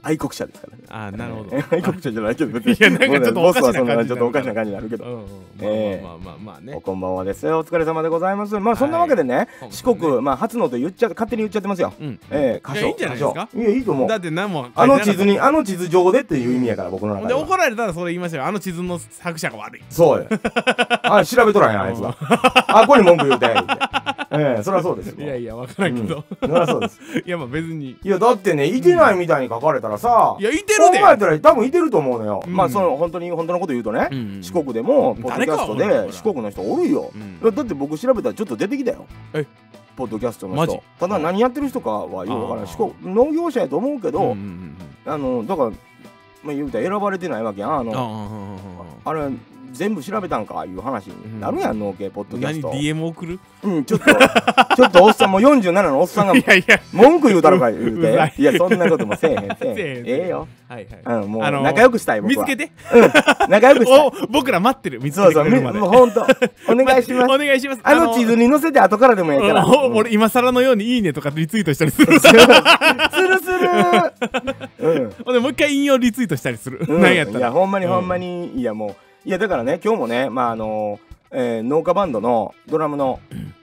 愛国者ですからねああなるほどええ愛国者じゃないけど別にいやなんかちょっとおかボスしな感じはそんなちょっとおかしな感じになるけどうんええうんまあまあまあまあまあおねこんばんはですよ。お疲れ様でございます。まあそんなわけでね、はい四国、まあ初のと言っちゃ勝手に言っちゃってますよ。うんええ歌唱いやいいんじゃないですか歌唱いやいいと思うだ。って何もあの地図にああの地図上でっていう意味やから僕の中ででは怒られたらそれ言いましたよあの地図の作者が悪いそうよあ調べとらんやんあいつがあここに文句言うて言うてええそりゃそうですよいやいや分からんけど、そりゃそうですいやまあ別にいやだってねいてないみたいに書かれたらさ、いやいてるで考えたら多分いてると思うのよ、うんまあその本当に本当のこと言うとね、うん四国でもポッドキ誰ャかストはおるでよ四国の人おるよう。んだだって僕調べたらちょっと出てきたよ。えポッドキャストのマ人ジ。ただ何やってる人かはよくわからあん。ー四国農業者やと思うけうんど、うんうんあのだからまあ言うたら選ばれてないわけやん。あうんあのああああああれ全部調べたんかいう話になるやん、農系ポッドキャス何ト。 DM 送るうん、ちょっと、 ちょっとおっさん、もう47のおっさんが いやいや文句言うたろか言ううざてい、いや、そんなこともせえへん、せえへんせえへえん。えよ。はいはいうん、もうあのー仲良くしたい、僕見は。つけ て仲良くしたい。お僕ら待ってる見つけそうてそう、くれみるまでもうほんと、お願いし ますお。願いしますあの地図に載せて後からでもええうんから。おうん俺今更のようにいいねとかリツイートしたりするするするうんほんでもう一回引用リツイートしたりする、うん。何やったいや、らほんまにほんまに、いや、もう、いや、だからね、今日もね、まあ、あのー、えー農家バンドのドラムの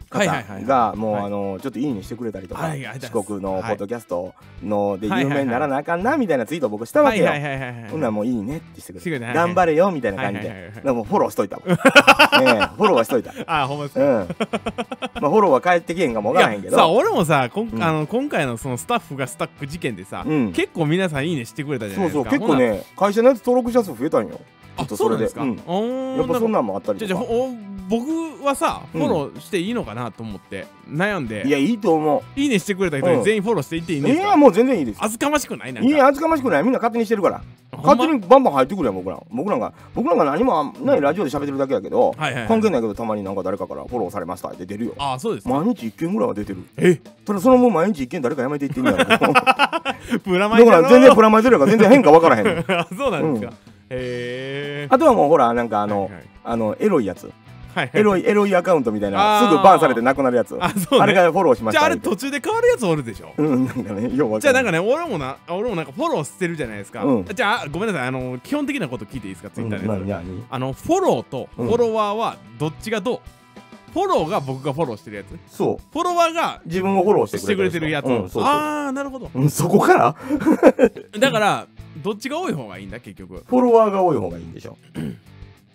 方はいはいはいがもうはいあのちょっといいにしてくれたりとかはいありがとうござ四います国のポッドキャストのではい有名にならなあかんなみたいなツイートを僕したわはけいよ。はいはいはいはいほんならもういいねってしてくしてれくて、れた頑張れよみたいな感じで、はいはいはいはいだからもうフォローしといたも ん、ねえフォローはしといた、うん、あほんまですかまあフォローは返ってけへんかもわからへんけいやさど俺もさこん、うんあの今回のそのスタッフがスタック事件でさ、うん結構皆さんいいねしてくれたじゃなそいそうですかう結構ね会社のやつ登録者数増えたんよほちょっとそれんならあそれでですか、うんんやっぱそんなんもあったりじゃとじゃかほお僕はさうフんォローしていいのかなと思って悩んでいやいいと思いいねしてくれた人うんに全員フォローしていっていいんういですやかもう全然いいですあずかましくないなんいかや厚かましくないみんな勝手にしてるからほん勝ま手にバンバン入ってくるやん僕ら僕なんか僕なんか何もないラジオで喋ってるだけやけど、はいはいはい関係ないけどたまになんか誰かからフォローされましたって出るよあそうです毎日一件ぐらいは出てるえただその分毎日一件誰かやめていってんやろ だかプラマイゼロら全然プラマイゼロやから全然変化分からへん のあそうなんですか、うへえあとはもうほらなんかあの、はいはいあのエロいやつはいエロいエロいアカウントみたいなあーすぐバンされてなくなるやつあそうねあれがフォローしましじたゃああれ途中で変わるやつおるでしょうんなんかねようわじゃあかなんんないかね俺もな俺もなんかフォローしてるじゃないですか、うんじゃあごめんなさいあの基本的なこと聞いていいですかツイッターうんのやつ、何何あのフォローとうんフォロワーはどっちがどう、フォローが僕がフォローしてるやつフそうォロワーが自分をフォローしてしてくくれれててるる人やつ、うんそうそうああなるほどうんそこからだからどっちが多い方がいいんだ結局フォロワーが多い方がいいんでしょ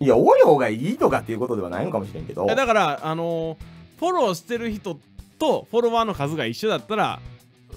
いや多い方がいいとかっていうことではないのかもしれんけどえだからあのーフォローしてる人とフォロワーの数が一緒だったら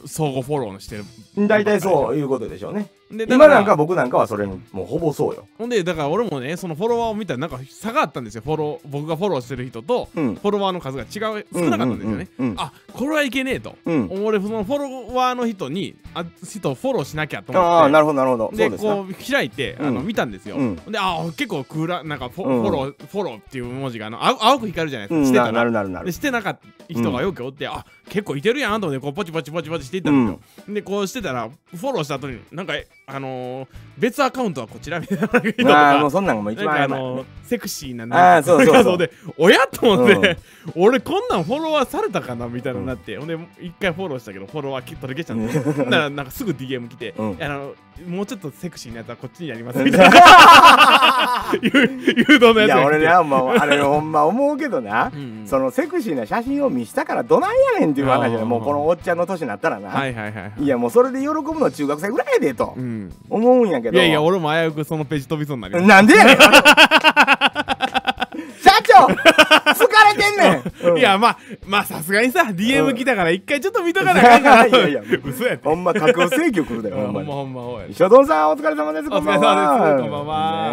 相互フォローのしてる大体そういうことでしょうねでだ今らなんか僕なんかはそれにもうほぼそうよほんでだから俺もねそのフォロワーを見たらなんか差があったんですよフォロー僕がフォローしてる人とうんフォロワーの数が違う少なかったんですよね、うんうんうんうんあこれはいけねえと、うん俺そのフォロワーの人にあ人をフォローしなきゃと思ってああなるほどなるほどそでうですなこう開いてあの、うん見たんですよ、うんであー結構クーラなんかフォ,、うんフォローフォローっていう文字があの青青く光るじゃないですうか、んしてなたらなるなるなでるしてなかった人がよくおって、あ結構いてるやんと思ってこうポチポチポチポチしていったんですよ、でこうしてたらフォローした後になんかえあのー、別アカウントはこちらみたいなのがいいとああもうかそんなんがもう一なん番かやあばいのー、セクシーなあなーんそうそうそう画像でおやと思って、俺こんなんフォロワーされたかなみたいなのになって、ほんで一回フォローしたけどフォロワーき取り消したんですよだからなんかすぐ DM 来て、うんあのもうちょっとセクシーなやつはこっちにやります みたいな誘誘導のいやつやが来俺てなもうあれほんま思うけどなうんうんそのセクシーな写真を見したからどないやねんっていう話じゃあないーもうこのおっちゃんの年になったらはないはいはいはいいやもうそれで喜ぶの中学生ぐらいやでとうん思うんやけいどやいや俺も危うくそのページ飛びそうになりましなんでやねん 社長疲れてんねん、た、うん いやまあまあさすがにさう DM ん来たから一回ちょっと見とかなあかんか らいやいや嘘やってほんま架空請求来るだよ ほほんんままほにんまおい書道さんお疲れ様ですこんばんはお疲れ様ですこんばんは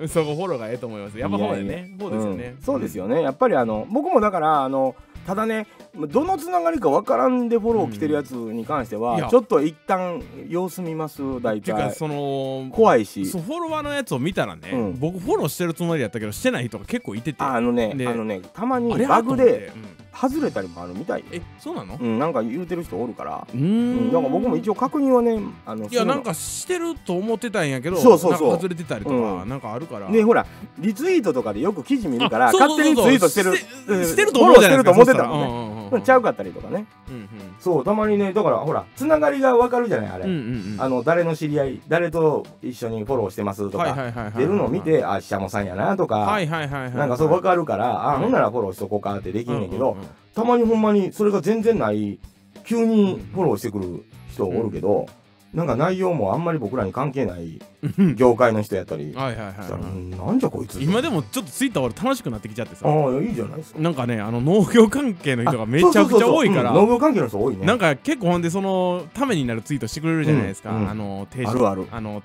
ねそこフォローがええと思いますえやっぱ方でいやいねやそうですよね、うんそうですよねやっぱりあの僕もだからあのただねどのつながりかわからんでフォロー来てるやつに関してうんいはやちょっと一旦様子見ます大ていうか体その怖いしそうフォロワーのやつを見たらね、うん僕フォローしてるつもりやったけどしてない人が結構いててああのねねあのねたまにあれバグと思ってでうん外れたりもあるみたいよえそうなのうんなんか言うてる人おるからうーうんんなんか僕も一応確認はねあのいやするのなんかしてると思ってたんやけどそうそうそうなんか外れてたりとか、うなんかあるからでほらリツイートとかでよく記事見るからあそうそう勝手にツイートしてるそううんししてると思うじゃないでフォローしてすかると思ってたもんねねちゃうかったりとかねうんそうたまにねだからほらつながりがわかるじゃないあうれ、んうんうんあの誰の知り合い誰と一緒にフォローしてますとはいはかいはいはい出るのを見てあシャモさんやなとかはいはいはいはいなんかそうわかかるからあうんほんならフォローしとこうかってできんねんけうどんうんたまにほんまにそれが全然ない急にフォローしてくる人おるけどなんか内容もあんまり僕らに関係ないうん業界の人やったりうんはいはいしたらうはんなんじゃこいつい今でもちょっとツイッター俺楽しくなってきちゃってさああいいじゃないですかなんかねあの農業関係の人がめちゃくちゃ多いからそうそうそううん農業関係の人多いねなんか結構ほんでそのためになるツイートしてくれるじゃないですか、うんうんあの定あ食るあるあの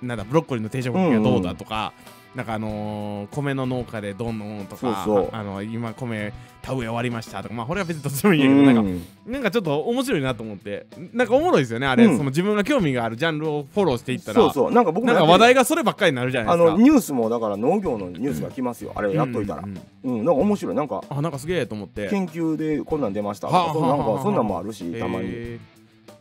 なんだブロッコリーの定食がどうだとか、なんかあのー米の農家でどんどんとかそうそうあの今米田植え終わりましたとかまあこれは別にどっちでもいいんやけど、なんかうんなんかちょっと面白いなと思ってなんかおもろいですよねあれ、うんその自分が興味があるジャンルをフォローしていったらそうそうなんか僕もなんやってかる話題がそればっかりになるじゃなあいですかのニュースもだから農業のニュースが来ますよ、あれやっといたら、ううんんうんうんなんか面白いなんかあなんかすげえと思って研究でこんなん出ましたとはあかはそあうなんはあはかあそんなんもあるし、たまに、え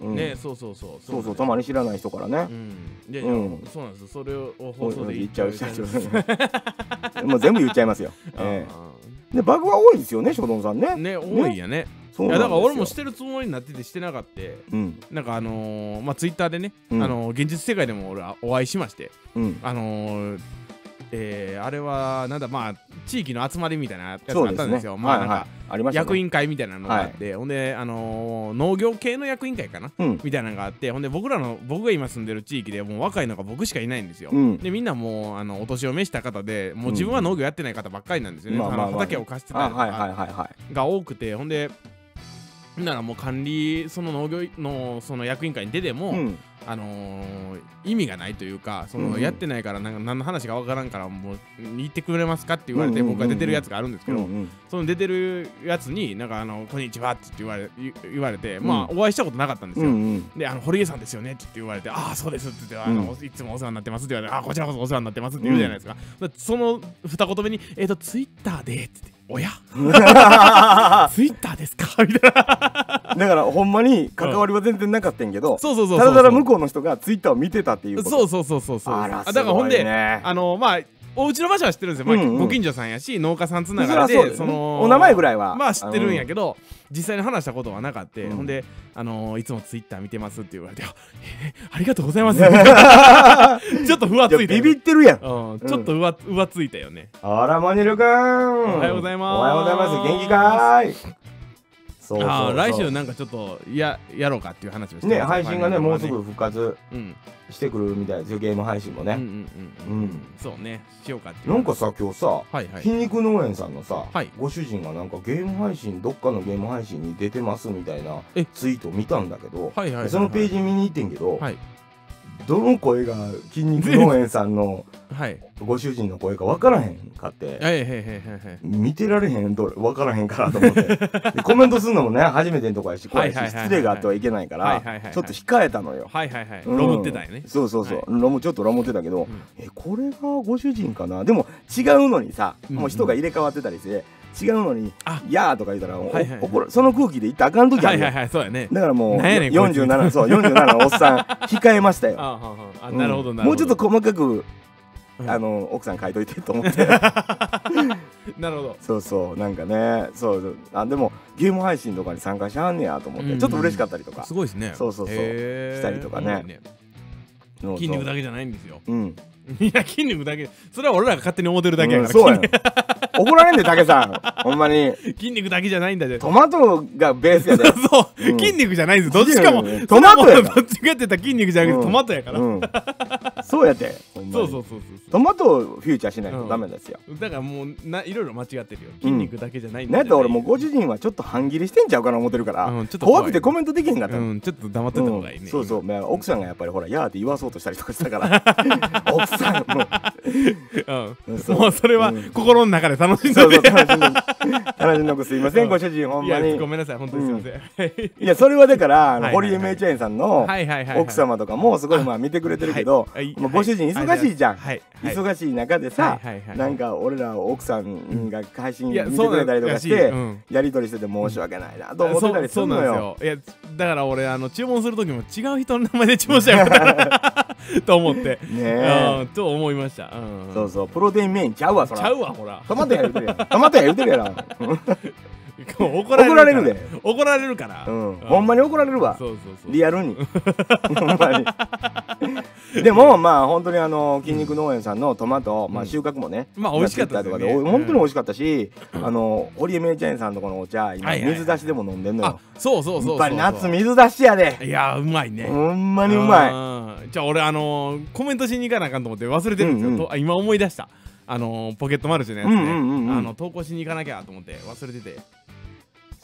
うーんねそうそうそうそうそうなたんまでに知らない人からねす、うんでうんそうなんですよそれをそう放そ送うで言っちゃうし言っちゃうもう全部言っちゃい ますよ、 ええでバグは多いですよね書道さんねあーね多いやねそういなやんですだかよら俺もしてるつもりになっててしてなかったうんなんかあのー、まあツイッターでね、うんあのー、現実世界でも俺はお会いしましてうんあのーえー、あれはなんだまあ地域の集まりみたいなやつがそあうっでたすんねですよまはあないんはかいありましたね役員会みたいなのがあって、ほんで、あのー農業系の役員会かなうんみたいなのがあってほんで僕らの僕が今住んでる地域でもう若いのが僕しかいないんですよ、うんでみんなもうあのお年を召した方でもう自分は農業やってない方ばっかりなんですよね、まあまあまああの畑を貸してたありとはいはいかはいはが多くてほんでほんならもう管理その農業のその役員会に出ても、いうんあのー意味がないというかそうんうのんやってないからなんか何の話かわからんからもう言ってくれますかって言われてうんうんうんうん僕が出てるやつがあるんですうけんど、うんその出てるやつになんかあの「こんにちは」って言われ言言われて、まあお会いしたことなかったんですうよ、んうんで、あの、堀江さんですよねって言われて、ああ、そうですって言って、あの、いつもお世話になってますって言われて、ああ、こちらこそお世話になってますって言うじゃないですか。でその二言目に、えっ、と、ツイッターでって言って、おやツイッター ですかみたいな。だからほんまに関わりは全然なかったんやけど、そうそうそうそう。ただただ向こうの人がツイッターを見てたっていうことそうそうそうそうそう。あらだからほんすごいで、ねあの、まあ、お家の場所は知ってるんですよ、まあうんうんご近所さんやし農家さんつそなれがはりそうだでよそねのお名前ぐらいはまあ知ってるんやけど、実際に話したことはなかった、うんほんで、あのーいつもツイッター見てますって言われて、 あえーありがとうございます ちょっとふわついやいたビよビっね、てるやんうん、ちょっとうわ,、うわついたよねあらモニルくんおはようございますおはようございます元気かーいそうそうそうああー来週なんかちょっとややろうかっていう話をしてねます配信がねファイナもうルすとかぐ復活うんしてくるみたいですよゲーム配信もうんうんねうん、うんそうねしようかっていうなんかさ今日さはいはい筋肉農園さんのさ、はいご主人がなんかゲーム配信どっかのゲーム配信に出てますみたいなえツイート見たんだけど、はいはいはいはいそのページ見に行ってんけど、はいどの声が筋肉農園さんのはいはいご主人の声か分からへんかってはいはいはい見てられへんどれ分からへんからと思っ てでコメントするのもね初めてのとこやし怖いしはいはいはいはい失礼があってはいけないからはいはいはいはいちょっと控えたのよ。はいはいはいうんロムってたよねそうそうそう、はいロムちょっとロムってたけど、んえこれがご主人かなでも違うのにさ、うんうんもう人が入れ替わってたりして違うのにあ「やー」とか言ったら、おはいはいはい怒るその空気で言ったらあかん時あはるいよ、はいはいそうやねだからもうなんやねんこいつ47そう47のおっさん 控えましたよあははあなるほどうんなるほどもうちょっと細かく、うんあの奥さん書いといてと思 ってなるほどそうそうなんかねそうそうあでもゲーム配信とかに参加しはんねやと思って、うんちょっと嬉しかったりとかすごいですねそうそうそうへーしたりとかねそうそうそう筋肉だけじゃないんですよ うんいや筋肉だけそれは俺らが勝手に思ってるだけやうんから、そうやん怒られんで武さんほんまに筋筋肉だけじゃないんだよトマトがベースやでそう、うん筋肉じゃないんですどっちかも筋肉トマトやからどっちかって言ったら筋肉じゃなくてトマトやから、うん、そうやってほんまにそうそうそうそうそトマトをフューチャーしないとダメですよ、うだからもうないろいろ間違ってるよ筋肉だけじゃないんだなんやっよたら俺もうご主人はちょっと半切りしてんちゃうかな思ってるから、うんちょっと怖い怖くてコメントできへんかったの、うんちょっと黙ってた方がいいね、うんそうそう、まあ、奥さんがやっぱりほら「やー」って言わそうとしたりとかしたから 奥さんもう、うんんそうもうそれはうん心の中で楽しんそでうてそう楽しんで楽しんでくすいません、うんご主人ほんいまやにごめんなさい本当にすいません、はいいやそれはだからあのはいはいはい堀江メイチェーンさんのはいはいはい奥様とかもすごいまあ見てくれてるけど、はいはいもうご主人忙しいじゃん、はいはい忙しい中でさ、はいはいはいなんか俺ら奥さんが配信い見やてくれたりとかして、そうなんだやり取りしてて申し訳ないなと思ってたりすそるうなのんですよ。よいやだから俺あの注文する時も違う人の名前で注文しちゃうから と思ってねうえんと思いましたうんそうそうプロテインメインちゃうわそちらゃうわほらトマトや言う てるやんトマトや言うてるやろ怒られ怒るからられるで怒られるからうんほんまに怒られるわそうそうそうリアル にほんまにでもまあ本当にあの筋肉農園さんのトマト、まあ収穫もね、まあ美味しかったですよねやっていただいてお本当に美味しかったし、あの堀江メイちゃんさんとこのお茶今はいはいはい水出しでも飲んでんのよ、あそうそうそやうそうっぱり夏水出しやでいやうまいねほんまにうまいじゃあ俺あのーコメントしに行かなあかんと思って忘れてるんですよ、うんうんとあ今思い出したあのーポケットマルシェのやつね、うんうんうんうんあの投稿しに行かなきゃと思って忘れててい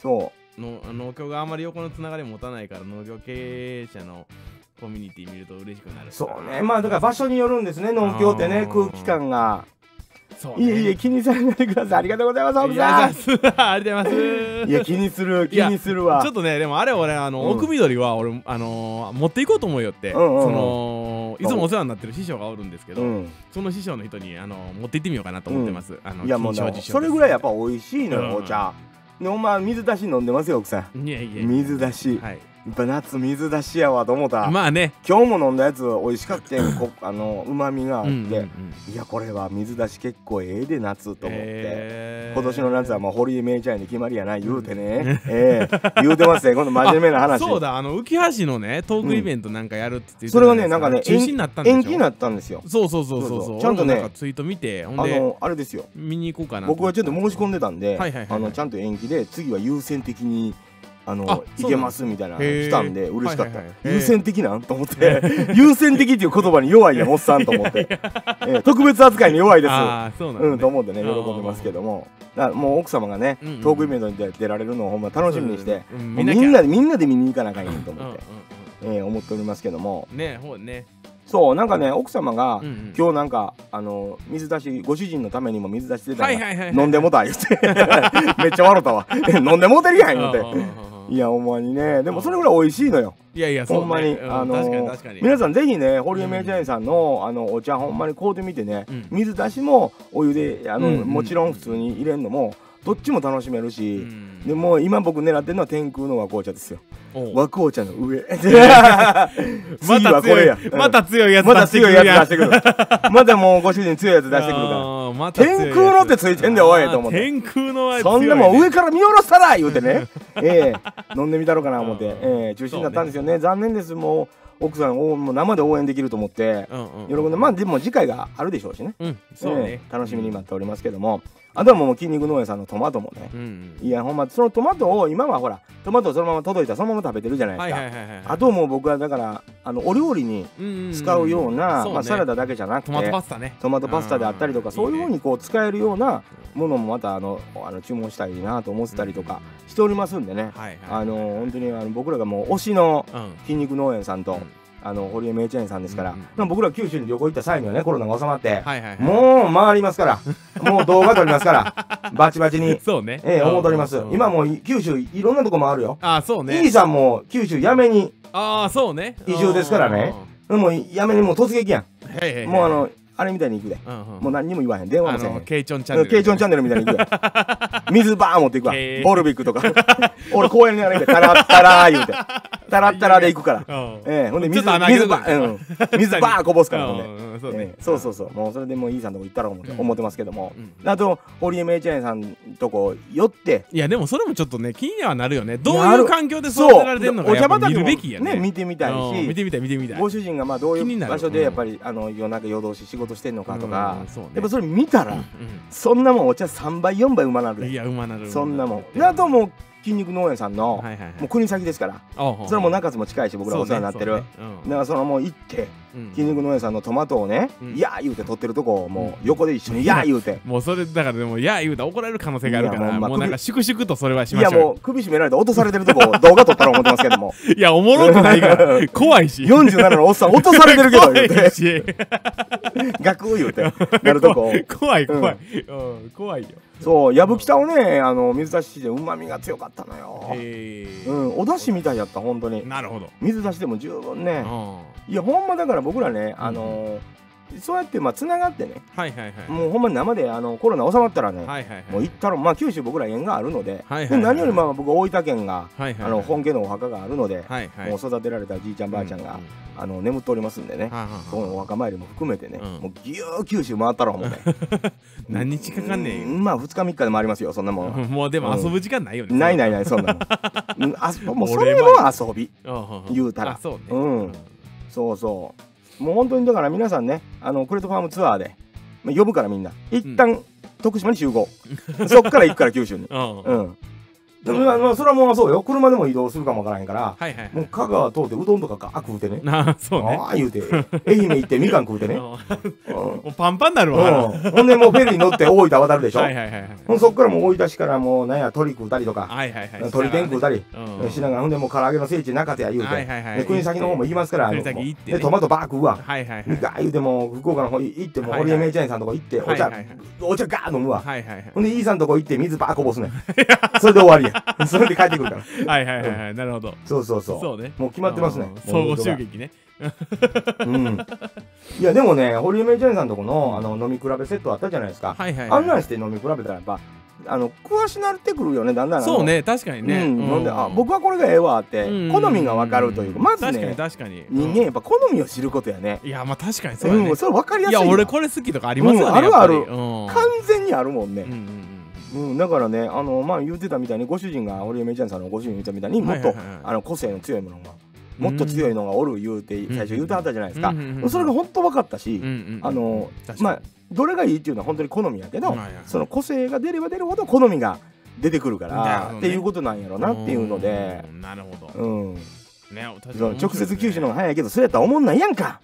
その農協があんまり横のつながり持たないから農業経営者のコミュニティ見ると嬉しくなるうそうねまあだから場所によるんですね農協ってねあー空気感がそういねえいえ気にされないでくださいありがとうございます奥さいやありがとうございまんすいや気にする気にするわちょっとねでもあれ俺あの、うん奥緑は俺あのー持っていこうと思うよって、うんうんうんそのいつもお世話になってる師匠がおるんですけど、うんその師匠の人にあの持って行ってみようかなと思ってます、あのいやもう金な賞受賞それぐらいやっぱぱ美味しいのうんよお茶でお前水出し飲んでますよ奥さんいやいやいや水出しやはいっぱ夏水出しやわと思ったまあね今日も飲んだやつ美味しかったよ こあのうまみがあっうんうんうんていやこれは水出し結構ええで夏と思ってえー今年の夏はもう堀江名ちゃんに決まりやない言うてねええ言うてますね今度真面目 な話そうだあの浮橋のねトークイベントなんかやるって言ってたじそゃれいはでねすなんかね中止になったんでしょ延期になったんですよそうそうそうそうそうそそううちゃんとね俺もなんかツイート見てほんあでのあれですよ見に行こうかな僕はちょっと申し込んんでたんで、はいはいはいはいあのちゃんと延期で次は優先的に。あのあそうなんです行けますみたいなへー来たんで嬉しかった、はいはいはいへー優先的なんと思って 優先的っていう言葉に弱いやんおっさんと思 って、ええ特別扱いに弱いですああそうなんだ、ねうんと思ってね喜んでますけどもだもう奥様がね、うんうんトークイベントに出出られるのをほんま楽しみにして、そうだねうんもう見なきゃみんなでみんなで見に行かなあかんやんとうん思って、うええ思っておりますけどもんうんねほうねそうなんかね奥様が、うんうん今日なんかあの水出しご主人のためにも水出し出たんや はいはいはいはい飲んでもた言うてめっちゃ笑ったわ 飲んでもうてるやん言ううんうんてうんうんいやほんまにねでもそれぐらい美味しいのよいやいやそう、ね、ほんまに、うんあの確かに確かに皆さんぜひね堀江名人さんのあのお茶ほんまに買うてみてね、うん水出しもお湯であの、うんうんもちろん普通に入れんのもどっちも楽しめるし、うんでもう今僕狙ってるのは天空の和紅茶ですよおう和紅茶の 上 ま次たはこ強れやい、また強いやうつんまだ強いやつ出して出してくるまだもうご主人強いやつ出してくるからあーまた強いやつ天空のってついてんでおいと思っあーて天空の はそんなもん上から見下ろしたら言うて ねええ飲んでみたろうかな思ってうんええ中止になったんですよね残念ですもう奥さんをもう生で応援できると思ってうんうん喜んでまあでも次回があるでしょうしねうんそうえねえ楽しみに待っておりますけどもあとはもう筋肉農園さんのトマトもねうんうんいやほんまそのトマトを今はほらトマトそのまま届いたらそのまま食べてるじゃないですはいか、はいはいはいあともう僕はだからあのお料理に使うような、まあ、サラダダだけじゃなくてトマトパスタねトマトパスタであったりとかうんそういうふうにこう使えるようなうんものもまたあのあの注文したいなと思ってたりとかしておりますんでね、はいはいあの本当にあの僕らがもう推しのうん筋肉農園さんと、うんあの堀江名チェーンさんですから、うんうんまあ僕ら九州に旅行行った際にはねコロナが収まって、はいはいはいもう回りますからもう動画撮りますから バチバチに、そうねええ思うとりますうん今もう九州いろんなとこ回るよ、あーそうね E さんも九州やめにああそうね移住ですからねもうやめにもう突撃やうんはいはいはんいもうあのあれみたいに行くでうんうんもう何にも言わへん電話あもせえへんのケイチョンチャンネルケイチョンチャンネルみたいに行くわ 水バーン持っていくわへーボルビックとか俺公園にあれでタラッタラー言うてタラッタラで行くからうんええほんでち水ょっとバ穴開けーとくンうん水バーンこぼすからほんでうん うんそうえねえそうそうそうもうそれでもういいさんとこ行ったら思ってうん思ってますけどもうんあと堀江名チェーンさんとこ寄っていやでもそれもちょっとね気にはなるよねどうないうる環境で育そうてられてるのかおや茶っぱ見畑るもべきやねね見てみたいうん見してみたい見てみたいご主人がまあどう気いにうなる場所でやっぱりあの夜中夜通し仕事してんのかとかうんそうねやっぱそれ見たらそんなもんお茶3倍4倍うまなるうんいでやうまなるそんなもんであともう筋肉農園さんのはいはいはいもう国先ですからそれも中津も近いし僕らお世話になってる、そうねだからそのもう行ってそうねうん筋肉農園さんのトマトをね、うんいやー言うて取ってるとこをもうんう横で一緒に「いやー言うて。もうそれだからでもいや言うたら怒られる可能性があるかいやらもうまあもうなんか粛々とそれはしいましょやうよもう首絞められて落とされてるとこを動画撮ったら思ってますけどもいやおもろくないから怖 いし47のおっさん落とされてるけど怖言ういてしガクー言うてなるとこ怖い怖いうん怖いよそう矢吹北をねあの水出しでうまみが強かったのよ、へうえん、お出汁みたいやった本当になるほど水出しでも十分ねうんいやほんまだから僕らねあのーそうやってまあつながってねはいはいはいもうほんまに生であのコロナ収まったらね、はいはいはいもう行ったらまあ九州僕ら縁があるので,、はいはいはいで何よりまあ僕大分県が、はいはいあの本家のお墓があるので、はいはいもう育てられたじいちゃんばあちゃんが、ううあの眠っておりますんでね、はあはあそのお墓参りも含めてね、うんもうぎゅー九州回ったろもうね 何日かかんうねんまあ2日3日で回りますよそんなもえん、もうでも遊ぶ時間ないよねないなないないそんな もんうんあそもうそ俺れはも遊び言うたらそうねうんそうそうもう本当にだから皆さんねあのクレートファームツアーでまあ呼ぶからみんな一旦徳島に集合、そっから行くから九州に うんはいうん。でもまあまあそれはもうそうよ。車でも移動するかもわからへんから、はいはいもう香川通ってうどんとかかあ食うてね。なあそうねああ言うて、愛媛行ってみかん食うて うんね。もうん。うパンパンになるわうんほんでもうフェリーに乗って大分渡るでしょ。はいはいはいはいほんそっからもう大分市からもうなんや鳥食うたりとか、はいはいはい鳥天食うたり。うんしながらほんでもう唐揚げの聖地中津や言うて、はいはいはいで国先の方も行きますから国崎行ってねでトマトバー食うわ、はいはいはいガー言うてもう福岡の方行ってもうはいはい堀江名チェーンさんとこ行ってお茶、はいはいはいお茶ガー飲むわ、はいはいはいほんで、イーさんとこ行って水ばーこぼす ねん。それで終わりやん。それで帰ってくるから。はいはいはいはいなるほどそうそうそう。そうねもう決まってますねうん。総合襲撃ねうん。いや、でもね、堀江名人さんとこのあの飲み比べセットあったじゃないですか。はいはいあんなんはいして飲み比べたらやっぱ、あの、詳しなってくるよね、だんだん。そう。ね確かにうん。ね飲んで、あ、僕はこれがええわって、好みがわかるというか、まず確かにね、確かに人間やっぱ好みを知ることやね。いやまあ確かにそうやうねん、それ分かりやいすいわ。や俺これ好きとかありますよねうんあるやっぱりあるうん完全にあるもんね。うんうんうんうん、だからね、あのまあ、言ってたみたいにご主人が堀江芽衣ちゃんさんのご主人言ったみたいにもっと、はいはいはいあの個性の強いものがもっと強いのがおる言うて最初言うてはったじゃないですか、うんうんうんうんそれが本当分かったし、うんうんうんあの確かにまあどれがいいっていうのは本当に好みやけど、はいはいその個性が出れば出るほど好みが出てくるかなるほら、どねっていうことなんやろなっていうのでう。んなるほどうん、ね確かそうに直接九州の方が早いけどそれやったらおもんないやんか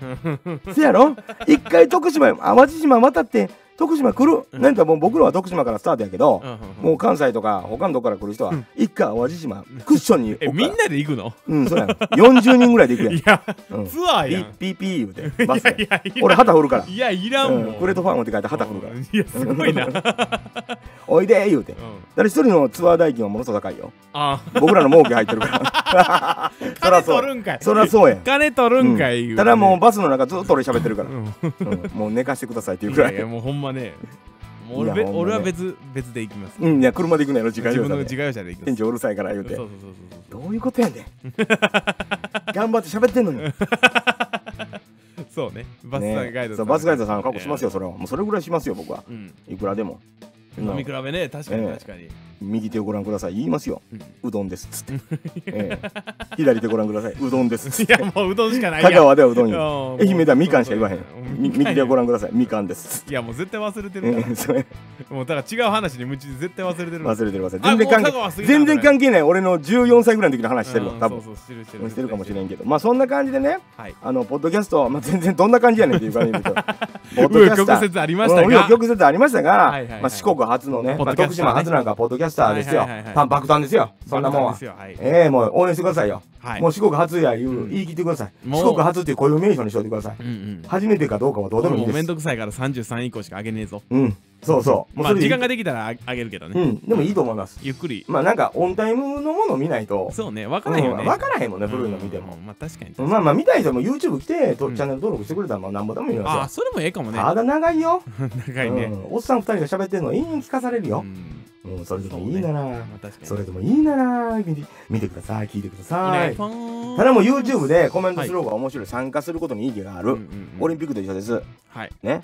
せやろ一回徳島へ淡路島渡って徳島来る、うんなんかもう僕らは徳島からスタートやけど、うんうんうんもう関西とか他のとこから来る人は一家淡路島クッションに置えくみんかなで行くのらうんそうやん40人ぐらいで行くやんいやうんツアーピやッんピーピー言うてバスいでやいらん俺旗振るからいやいらんうもんんクレートファームって書いて旗振るからいやすごいなうんおいで言うて誰一人のツアー代金はものすごく高いよ あ僕らの儲け入ってるから そら金そ取るうんかいそらそうやん金取るんかい、う言んうただもうバスの中ずっと俺喋ってるからう、んうんもう寝かしてくださいっていういくらやいいやもうほんまねもう俺いべやほんまね俺は別別で行きますうんいや車で行くのやろ自家自用分の車自で家用車で行きま店す長うるさいから言うそうてそうそうそうどういうことやねん頑張って喋ってんのにそうそうねバスガイドねそうバスガイドさん確保しますよそれはもうそれぐらいしますよ僕はうんいくらでも飲み比べね確かにええ確かに右手をご覧ください言いますようんうどんですっつって、 ええ左手ご覧くださいうどんですっつっいてやもううどんしかないや香ん川ではうどんよ愛愛媛ではみかんしか言わへんみ右手をごら覧くださいみかんですっつっていやもう絶対忘れてるかええそれらもうだから違う話に夢中で絶対忘れてる忘れてる忘れてるあ全然関もう香川過ぎ係た全然関係ない俺の14歳ぐらいの時の話してるわうん多分そうそうしてるしてうんるしてるかもしれんんけどまあそんな感じでねはいあのポッドキャスト、まあ、全然どんな感じやねんっていう感じだけどポッドキャスター 紆余曲折ありましたうん紆が余曲折ありましたが、はいはいはいまあ、四国初のね、ポまッあ、ドキャ徳スターね島初なんかポッドキャスターですよ、はいはいはいはいパン爆弾ですよそんなもんバはカですよはいええもう応援してくださいよはいもう四国初や言う、うん言い切ってくださいもう四国初っていう固有名称にしといてくださいうんうん初めてかどうかはどうでもいもいうめでんすどくさいから33以降しかあげねえぞうんそうそうもうまそあれでい時い間ができたらああげるけどうねんでもいいと思いますゆっくりまあなんかオンタイムのもの見ないとそうね分からへんようねんわからへんもんね古いの見てもうんまあ確かにまあまあ見たい人も YouTube 来てとうんチャンネル登録してくれたらもうなんぼでも見れあまあすそれもええかもよねただ長いよ長いねうんおっさん二人が喋ってんの永遠聞かされるうよんうんそれでもいいならまあ確かにそれでもいいなら見て見てください聞いてくだおさ願いいしますただもう YouTube でコメントする方が面白い参加することに意義があうるんうんうんオリンピックと一緒です、はいね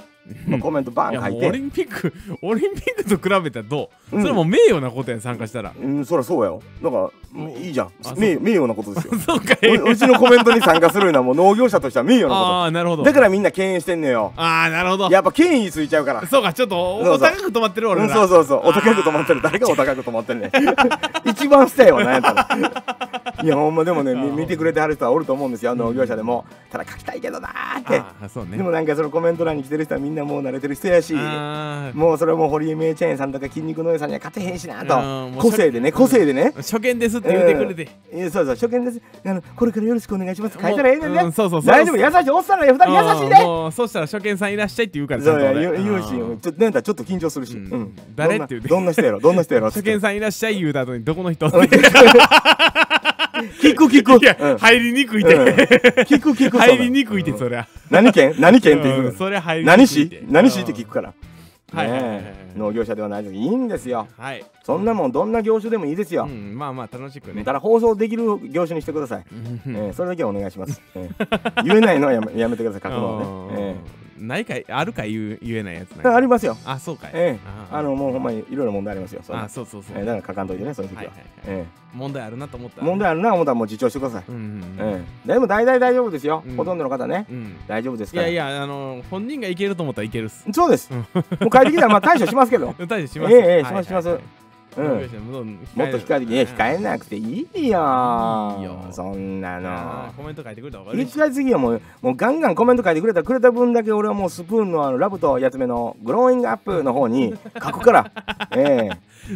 まあ、コメントバいーやン書もいうオてリンピック オリンピックと比べたらどう、うんそれもう名誉なことやん参加したら うんそりゃそうやよだからうんいいじゃんそう名名誉なことですよそうかいおうちのコメントに参加するのはもう農業者としては名誉なああなるほことどだからみんな敬遠してんのよああなるほどやっぱ権威ついちゃうからそうかちょっとそうおそう高く止まってるう俺ん、らそうそうそうあーお高く止まってる誰がお高く止まってんねん 一番下やわなんやった らいやほんまでもねみ見てくれてはる人はおると思うんですよ農業者でもただ書きたいけどなーってああそうねでもなんかそのコメント欄に来てる人はみんなもう慣れてる人やしあもうそれはもう堀江名チェーンさんとか筋肉の上さんには勝てへんしなうんともう個性でね個性でねあ初見ですって言ってくれて、えーそうそう初見ですあのこれからよろしくお願いします書いたらええねんねうんそうそうそう大丈夫優しいおっさんら二人優しいああねもうそうしたら初見さんいらっしゃいって言うからちそゃんうとや俺言う言うしうんちょっとなんだちょっと緊張するしうんうん誰どんなって言うてどんな人やろどんな人やろ初見さんいらっしゃい言うた後にどこの 人って聞く聞くいや、うん入りにくいうんて、聞く聞く入りにいくいてそりゃ、何県何県ってう言ん、うそれ入りにく何い市て何市って聞くからはいはいはいはねいえ農業者ではないのにいいんですよはい、そんなもんどんな業種でもいいですうよん、まあまあ楽しくねただ放送できる業種にしてくださいえーそれだけはお願いしますえー言えないのはやめやめて ください書くのはねえうんないかいあるか言う言えないやつなんーかありますよあそうかいええああのもうほんまにいろいろ問題ありますよそれあそうそうそう、えーだから書かんといてねそういう時はいははいはいえ問題あるなと思ったー問題あるな思ったらもう自重してくださいうんうんうんえーでも大体大丈夫ですようんほとんどの方ねうん大丈夫ですいかやらいやあの本人がいけると思ったらいける っすそうですもう帰ってきたらまあ対処します けど大丈夫しますええええはいはいはいしますしますううんんもっと控えてきて、いや控えいなくていいよいいよそんなあのー。コメント書いてくれた方が言い嬉しい違いすぎよもう、もうガンガンコメント書いてくれた、くれた分だけ俺はもうスプーンのあのラブとやつめのグローイングアップの方 に書くから、え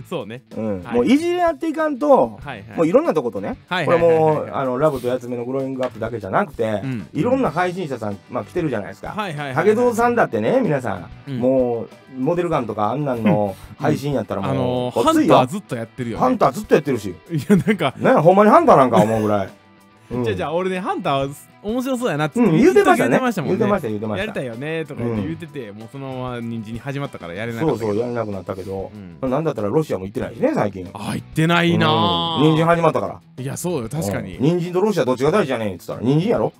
そうねえうんはいもういじり合っていかんと、はいはいもういろんなとことね、はいこはれいはいはいもうあのラブとやつめのグローイングアップだけじゃなくてうんいろんな配信者さんまあ来てるじゃないですかはいはいはい竹蔵さんだってね皆さん、うんもうモデルガンとかあんなんの配信やったらあものう、ー、ごっハつンいタよーずっとやってるよ、ね、ハンターずっとやってるしいやなんか、ねほんまにハンターなんか思うぐらい、うんじゃあじゃあ俺ねハンターは面白そうやなっつって、うん、言うてましたねずっと言ってましたも言んねうてました言うてまやしりたたいよねとか言ってうん言ってて、もうそのまま人参に始まったからやれなかっそたうけどそうやれなくなったけどう、んなんだったらロシアも行ってないしね最近あ言ってないなぁ、うん人参始まったからいやそうよ確かにうん人参とロシアどっちが大事じゃねえっつったら人参やろ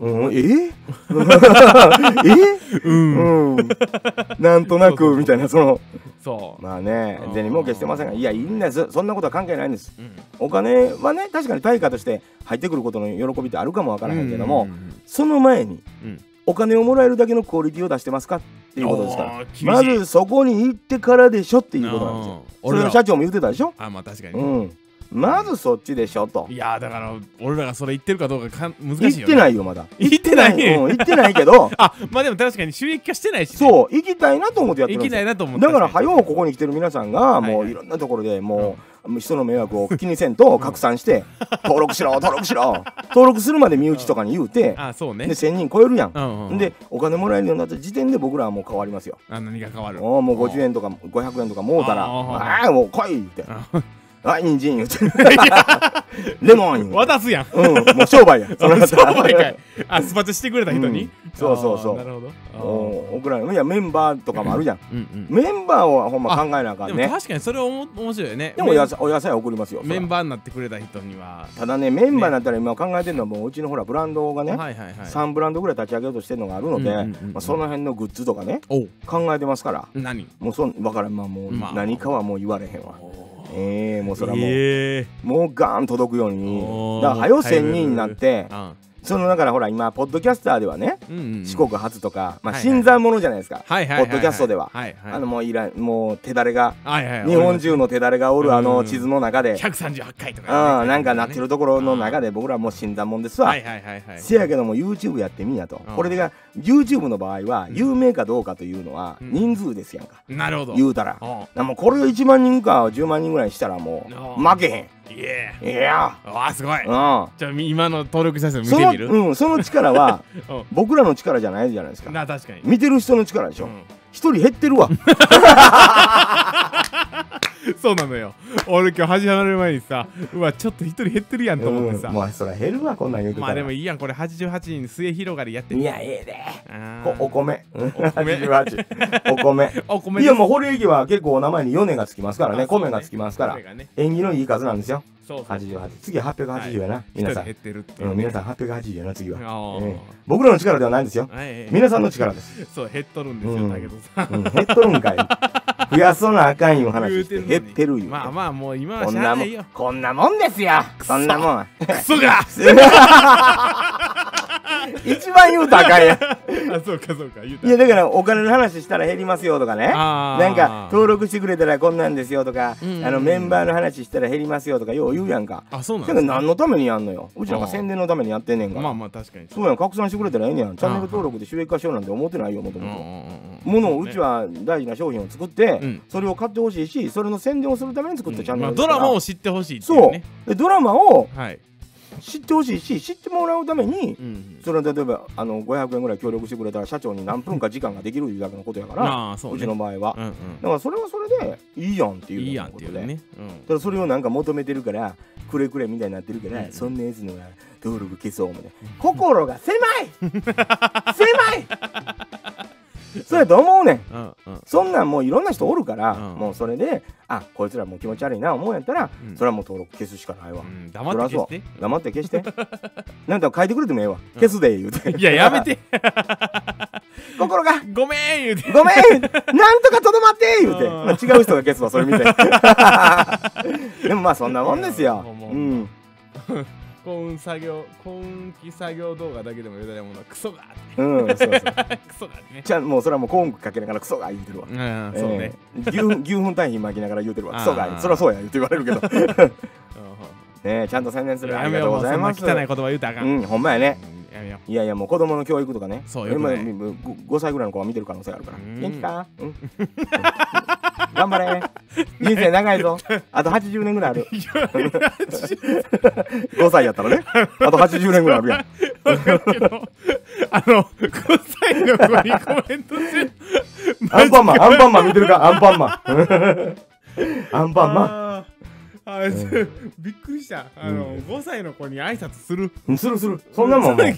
うん、うん えー、えうんうん、なんとなそうそうそくうみたいな、その、そう、まあねう、ん銭儲けしてませんが、いや、いいんです、そんなことは関係ないんです。うん、お金はね、確かに対価として入ってくることの喜びってあるかもわからへんけども、うんうんその前に、うんお金をもらえるだけのクオリティを出してますかっていうことですからあー厳しいまずそこに行ってからでしょっていうことなんですようんそれ俺のら社長も言ってたでしょあまあ確かに、うんまずそっちでしょといやだから俺らがそれ言ってるかどうかかん難しいよ、ね、行ってないよまだ言ってないうん行ってないけ どあまあでも確かに収益化してないし、ね、うそう行きたいなと思ってやっているんできすなよいなと思ってだから早うここに来てる皆さんがもはういいろんなところでもう人の迷惑を気にせんと拡散 して登録しろ登録しろ登録するまで身内とかに言うてあそうねで1000人超えるやんうんうん、でお金もらえるようになった時点で僕らはもう変わりますよあ何が変わるおーもう50円とか500円とかもうたら「あーああもう来い!」ってああ人参言う て レモン言うて渡すやん。うんもう商売 やその方商売かい。あ、スパチャしてくれた人に。うんそうそうそうあーなるほど。あうーん送られるいやメンバーとかもあるじゃんうんうん。メンバーをほんま考えなあかでんもね確かにそれはおも面白いよね。でもお野菜お野菜送りますよそらメンバーになってくれた人には。ただねメンバーになったら今考えてるのはもううちのほらブランドがねはいはいはい。 3ブランドぐらい立ち上げようとしてるのがあるので、うんうんうんうんまあ、その辺のグッズとかねおう考えてますから何もうそん分からんまあもうまあ何かはもう言われへんわ、おーええもうそれはもう、えもうガーン届くようにおーだから早う1000人になってえあそのだからほら今ポッドキャスターではね、うんうんうん四国初とか、まあ、はいはい新参者じゃないですか、はいはいはいはい。ポッドキャストでははいはい。あのもういらんもう手だれがはいはいはい日本中の手だれがおるあうのん地図の中で、 138回とうん、か、なんかなってるところの中でで僕らもう死んだもんですわ、はいはいはいはいせやけども YouTube やってみんやと、うんこれが YouTube の場合はん有名かどうかというのはうん人数ですやんか、なるほど言うたら、おうなもうこれを1万人か10万人ぐらいにしたらもうああ負けいえへんいやわあすごいーうんじゃあみ今の登録者数見そてのみるうん、その力は う僕らの力じゃないじゃないですんかな確かに見てる人の力でしうょん一、人減って るわそうなのよ俺今日始まる前にさうわちょっと一人減ってるやんと思ってさ、うんまあそら減るわこんなん言うてたまらあでもいいやんこれ88人末広がりやっていやええであこーお米お米お 米お米いですやもう堀江家は結構お名前に米がつきますからねあそうね米がつきますから米がね縁起のいい数なんですよそうそう88次は880やな、一皆さ人ん減ってるっていうう、ん、皆さん880やな次は、あーええ僕らの力ではないんですよはい皆さんの力です、そう減っとるんですよ、うんだけどさうん、減っとるんかい増やさなあかんいう話してのに減ってるよ、まあまあもう今はこんしゃあなもないよんこんなもんですよそんなもん クソがあ一番言うたらあかんやんそうかそうか言うたいやだからお金の話したら減りますよとかねあーなんか登録してくれたらこんなんですよとか、うんうんあのメンバーの話したら減りますよとかよう言うやんか、あそうなんだでからすか何のためにやんのようちなんかあー宣伝のためにやってんねんから、まあまあ確かにそうやん拡散してくれたらええねやんチャンネルあー登録で収益化しようなんて思ってないよもとうんうもとんうんうんものをうちは大事な商品を作って、うんそれを買ってほしいしそれの宣伝をするために作ったチャンネまあルドラマを知知ってほしいっていそううねでドラマをはい知ってほしいし知ってもらうためにうんうんそれは例えばあの500円ぐらい協力してくれたら社長に何分か時間ができるいうだけのことやからああそううちねの場合はう、んだからそれはそれでいいやんってういんういいよやんなっこてといでうねただそれをなんか求めてるからくれくれみたいになってるから、うんそんなやつのは登録消そうもね心が狭い 狭いそうやと思うねんうんうんうんそんなんもういろんな人おるから、うんもうそれであこいつらもう気持ち悪いな思うんやったら、うんそれはもう登録消すしかないわ、うんそり黙ゃって消そしうて黙って消してなんだか書いてくれてもええわ消すで言うて、いややめて 心がごめん言うてごめんなんとかとどまって言うて、うんまあ、違う人が消すわそ れ見てでもまあそんなもんですよ、うんもううん、幸運作業幸運期作業動画だけでもよだれものクソがうん、そうそう クソがねちゃんもうそれはもうコーンかけながらクソが言ってるわう、んそうねええ牛粉牛粉単品巻きながら言うてるわあークソがそりゃそうや言って言われるけど ねうんえちゃんと宣伝するあやりめがとよううごもざうそいんなます汚い言葉言うたらあかんうんほんまやねやめよいやいやもう子供の教育とかねそうよくない今ごご5歳ぐらいの子が見てる可能性があるからうん元気か、うんうん頑張れ人生長いぞあと80年ぐらいあるういや5歳やったらねあと80年ぐらいある やんわかるけど、 あの、5歳の子にコメントしてる。アンパンマンアンパンマン見てるかアンパンマンアンパンマンあーあー、ちょびっくりした。あの、5歳の子に挨拶する。うんするするそんなもんもう 元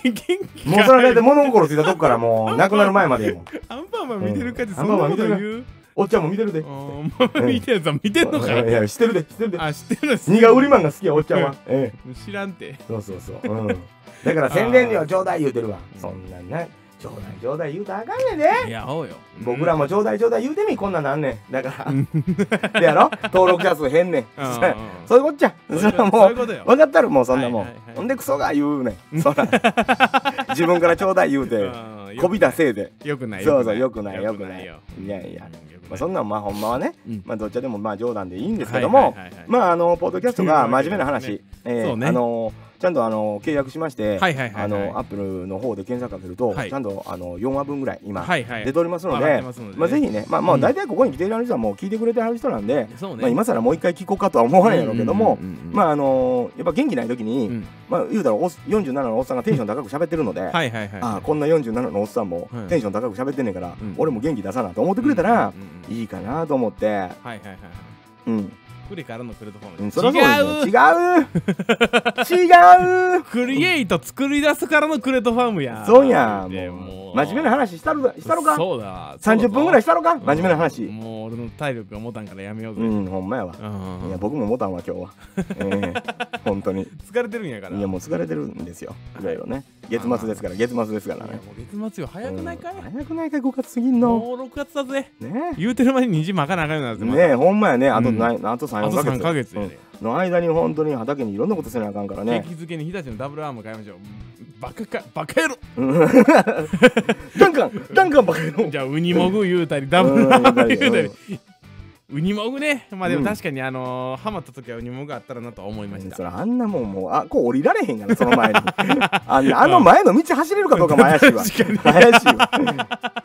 気もうそれは大体物心ついたとこからもうなくなる前までやもんアンパンマン見てるかって、うんそんなこと言アンパンマン見てうおっちゃんも見てるであーママ見てるやつは見てんのかいやしてるでしてるであ、知ってるの知ってる荷が売りマンが好きやおっちゃんはええ知らんて。そうそうそううんだから宣伝料ちょうだい言うてるわそんなんなちょうだいちょうだい言うたらあかんねんでいや、おうよ。僕らもちょうだいちょうだい言うてみこんなんなんねんだ からでやろ登録者数減ねんうんそ そういうこっちゃそれはそうもいううことよ。分かったるもうそんなもはいはいんはいほんでクソが言うね んそら自分からちょうだい言うてうんこびたせいでよくない。そうそうよくないよくないよいやいやうんよくまなあ、いそんなんまあほんまはね、うんまあどっちでもまあ冗談でいいんですけども、はいはいはいはいまああのポッドキャストが真面目なそういう話、えそうーねあのちゃんとあの契約しまして、はいはいはいはいあのアップルの方で検索かけると、はいちゃんとあの4話分ぐらい今、はいはい出ておりますの上がっでてますのでねまあぜひねまあまあうん大体ここに来ている人はもう聞いてくれてはる人なんで、そうね。まあ今更もう一回聞こうかとは思わないやろうけども、うんうんうんうんまああのやっぱ元気ない時に、うんまあ言うたらおっ47のおっさんがテンション高く喋ってるので、はいはいはい。ああこんな47のおっさんもはいテンション高く喋ってんねんから、うん俺も元気出さなと思ってくれたら、うんうんうんうんいいかなと思って、はいはいはいはい。うん、アプリからのプラットフォーうんムそりゃそう違うですよ違う違う クリエイト作り出すからのクレートファームやそうやでもう真面目な話したろしたろかそうだ30分ぐらいいしたろか真面目な話もう俺の体力が持たんからやめようぜ、うんほんまやわうんいや僕も持たんわ今 日はええ本当にい疲れてるんやからやもう疲れてるんですよいろいろね月末ですから月末ですからねいやもう月末よ早くないかい、うん早くないかい5月過ぎんのもう6月だぜね言うてる前に虹巻かなあかんようになるえぜまたねえほんまやねあとうんないあと3あとヶ3月ヶ月やうんで、の間に本当に畑にいろんなことせなあかんからね景気づけに日立のダブルアーム買いましょうバカかバカ野郎ダンカンダンカンばっかりのじゃあウニモグ言うたりダブルアーム言うたりウニモグねまあでうんも確かにあのーハマった時はウニモグあったらなとは思いましたそれあんなもんもうあこう降りられへんからその 前にあんなあの前の道走れるかどうかも怪しいわ怪しいわ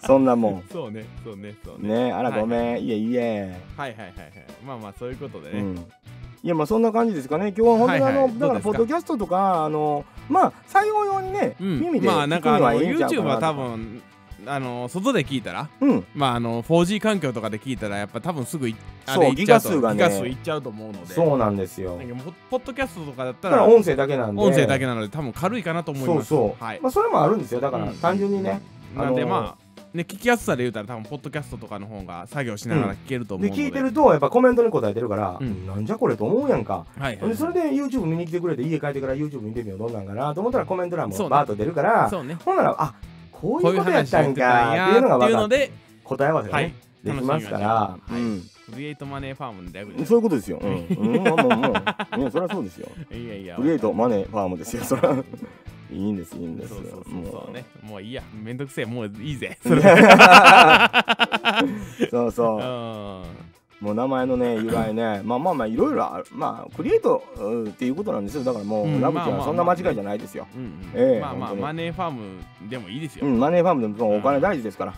そんなもそうねそうねそうんねねえあらはいごめん、い、えいえはいはいはいはいまあまあそういうことでうねんいやまあそんな感じですかね今日は本当にあの、はいはいだかどうでらすかポッドキャストとかあのまあ採用用にね、うん耳でまあな聞んくかあにのはいいんちゃう YouTube はかな多とか分あのー外で聞いたらうんまああの 4G 環境とかで聞いたらやっぱ多分すぐいあそうれいっちゃうとギガ数がねギガ数いっちゃうと思うのでそうなんですよなんかもうポッドキャストとかだっただからら音声だけなんで音声だけなので多分軽いかなと思いそまうすそう、はいまあそれもあるんですよだからうん単純にね、なんあでのーまあね聞きやすさで言うたら多分ポッドキャストとかの方が作業しながら聞けると思うでので、聞いてるとやっぱコメントに答えてるから、うんなんじゃこれと思うやんかはいほんでそれで YouTube 見に来てくれて家帰ってから YouTube 見てみようどんなんかなと思ったらコメント欄そもうねバーッと出るから、そうねほんならあこういこうういうことやっ話たをしんてたかんっやていうのがっていう分かのってで答え合わせがはね、いできますから楽しみましょうはいうんクリエイトマネーファームの略そういうことですよ。 うん、うん、もうもうもう、ね、そりゃそうですよ。でいやいやクリエイトマネーファームですよ。そりゃいいんです、いいんです。そうそうそうもそううねもういいやめんどくせえもういいぜそれ そうそうそうんう、もう名前の ね、由来ね、まあまあまあ、いろいろある、まあ、クリエイトうんっていうことなんですよ。だからもうう、んラブちゃんまあまはあそんな間違いじゃないですよ。うんうんええまあ本まあ当にマネーファームでもいいですよ、うん、マネーファームでもお金大事ですから。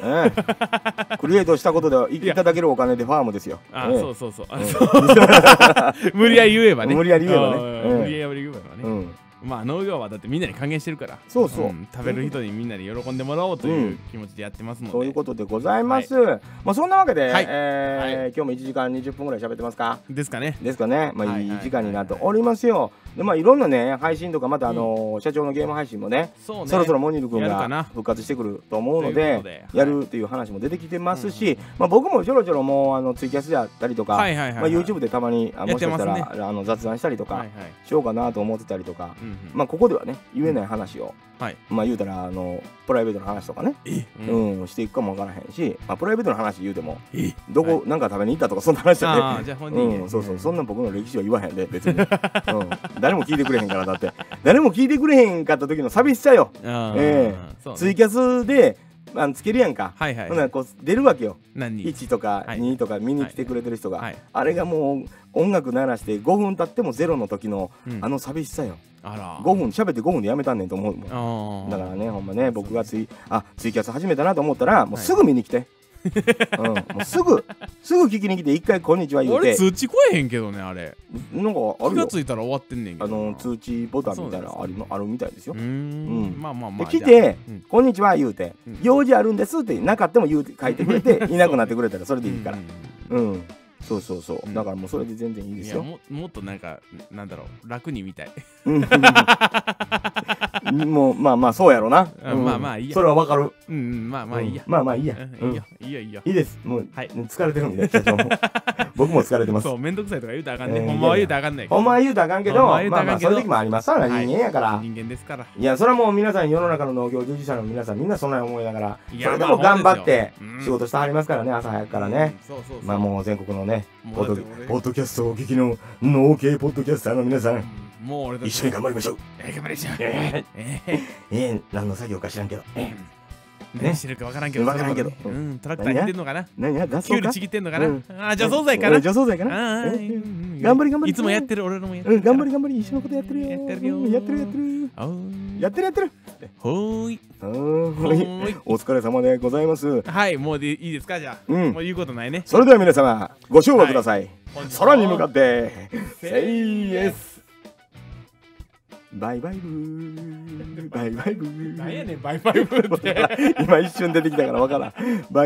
え え、クリエイトしたことではいやいただけるお金でファームですよ。あ、ええそうそうそうあそう 無理やり言えばね無理やり言えばねうんええ無理やり言えばね、うん、まあ農業はだってみんなに還元してるからそうそう、ん食べる人にみんなに喜んでもらおうという気持ちでやってますので、そういうことでございます。まあそんなわけで、はいえーは今日も1時間20分ぐらい喋ってますか。ですかねですかね。まあはいいはいい時間になっておりますよ。でまあいろんなね配信とかまたあの、社長のゲーム配信もね。そうねそろそろモニル君やるかなが復活してくると思うのというでことではいやるっていう話も出てきてますし、うんまあ、僕もちょろちょろもうあのツイキャスであったりとか、はいはいはい、まあ、YouTube でたまにあやもっしてかましすたねら、あの雑談したりとはかいはいしようかなと思ってたりとか、うんうんまあ、ここではね言えない話を、はいまあ言うたらあのプライベートの話とかね、うんうんしていくかもわからへんし、まあ、プライベートの話言うてもえどこ、はなんか食べに行ったとかそんな話だねああじゃあ本人ね、うん、そうそうそんな僕の歴史は言わへんで 別に、うん、誰も聞いてくれへんからだって誰も聞いてくれへんかった時の寂しさよ、あーえそうねツイキャスであのつけるやんか、はいはいほんならこう出るわけよ何人1とかはい2とか見に来てくれてる人が、はいあれがもう音楽鳴らして5分経ってもゼロの時のうんあの寂しさよ、あら5分喋って5分でやめたんねんと思うもんあだからねほんまね僕がツイあツイキャス始めたなと思ったらもうすぐ見に来 て、うん、もうすぐすぐ聞きに来て一回「こんにちは」言う俺て通知来えへんけどねあれなんかあ気るがよついたら終わってんねんけあどなの通知ボタンみたいなのああるあるみたいですうよー。んうんまあまあでまあ来てうん「こんにちは」言うてうん「用事あるんです」ってなかったも言うて書いてくれ ていなくなってくれたらそれでじゃあいいからうんうんうんそうそうそううんだからもうそれで全然いいでいすやよももっとなんかなんだろう楽にみたいうん もうまあまあそうやろなあうんまあまあいいやそれはわかるうんうんまあまあいいやうんまあまあいいやうんいいよいいよいいよいいですもうはい疲れてるんで社 長も僕も疲れてますそう、めんどくさいとか言うたらあかんね。えーほんまは言うたらあかんね。お前言うたらあかんけどほんままは言うたらああまかあんけそどういう時もありますからはい人間やから人間ですから。いやそれはもう皆さん世の中の農業従事者の皆さんみんなそんな思いながらいやそれでも頑張ってまあそうで仕事すよしてはりますからね朝早くからねうん。そうそうそう。まあもう全国のね、もポッうだドって俺ポッドキャストをお聞きの農系ポッドキャスターの皆さ、うんんもう俺たち一緒に頑張りましょう。 えー頑張りましょう。ええーええ、何の作業か知らんけど。ええ何してるかわからんけど。わからんけどそれもねうん、トラクター引いてんのかな。何や、ガスキュウリちぎってんのかな。あー、除草剤かな。除草剤かあな。ーええうん頑張り頑張りいつもやってる俺のもやってうるん、から。頑張り頑張り、一緒のことやってるよ。やってるようんやってるやってる。あーやってるやってる。ほーい。うーんほーい。 お疲れ様でございます。はい、もうでいいですかじゃあ。うんもう言うことないね。それでは皆様、ご唱和ください。空に向かっって、て Say yes! バイバイブー。バイバイブー。何やねん、バイバイブーって。今一瞬出てきたからわからん。バイ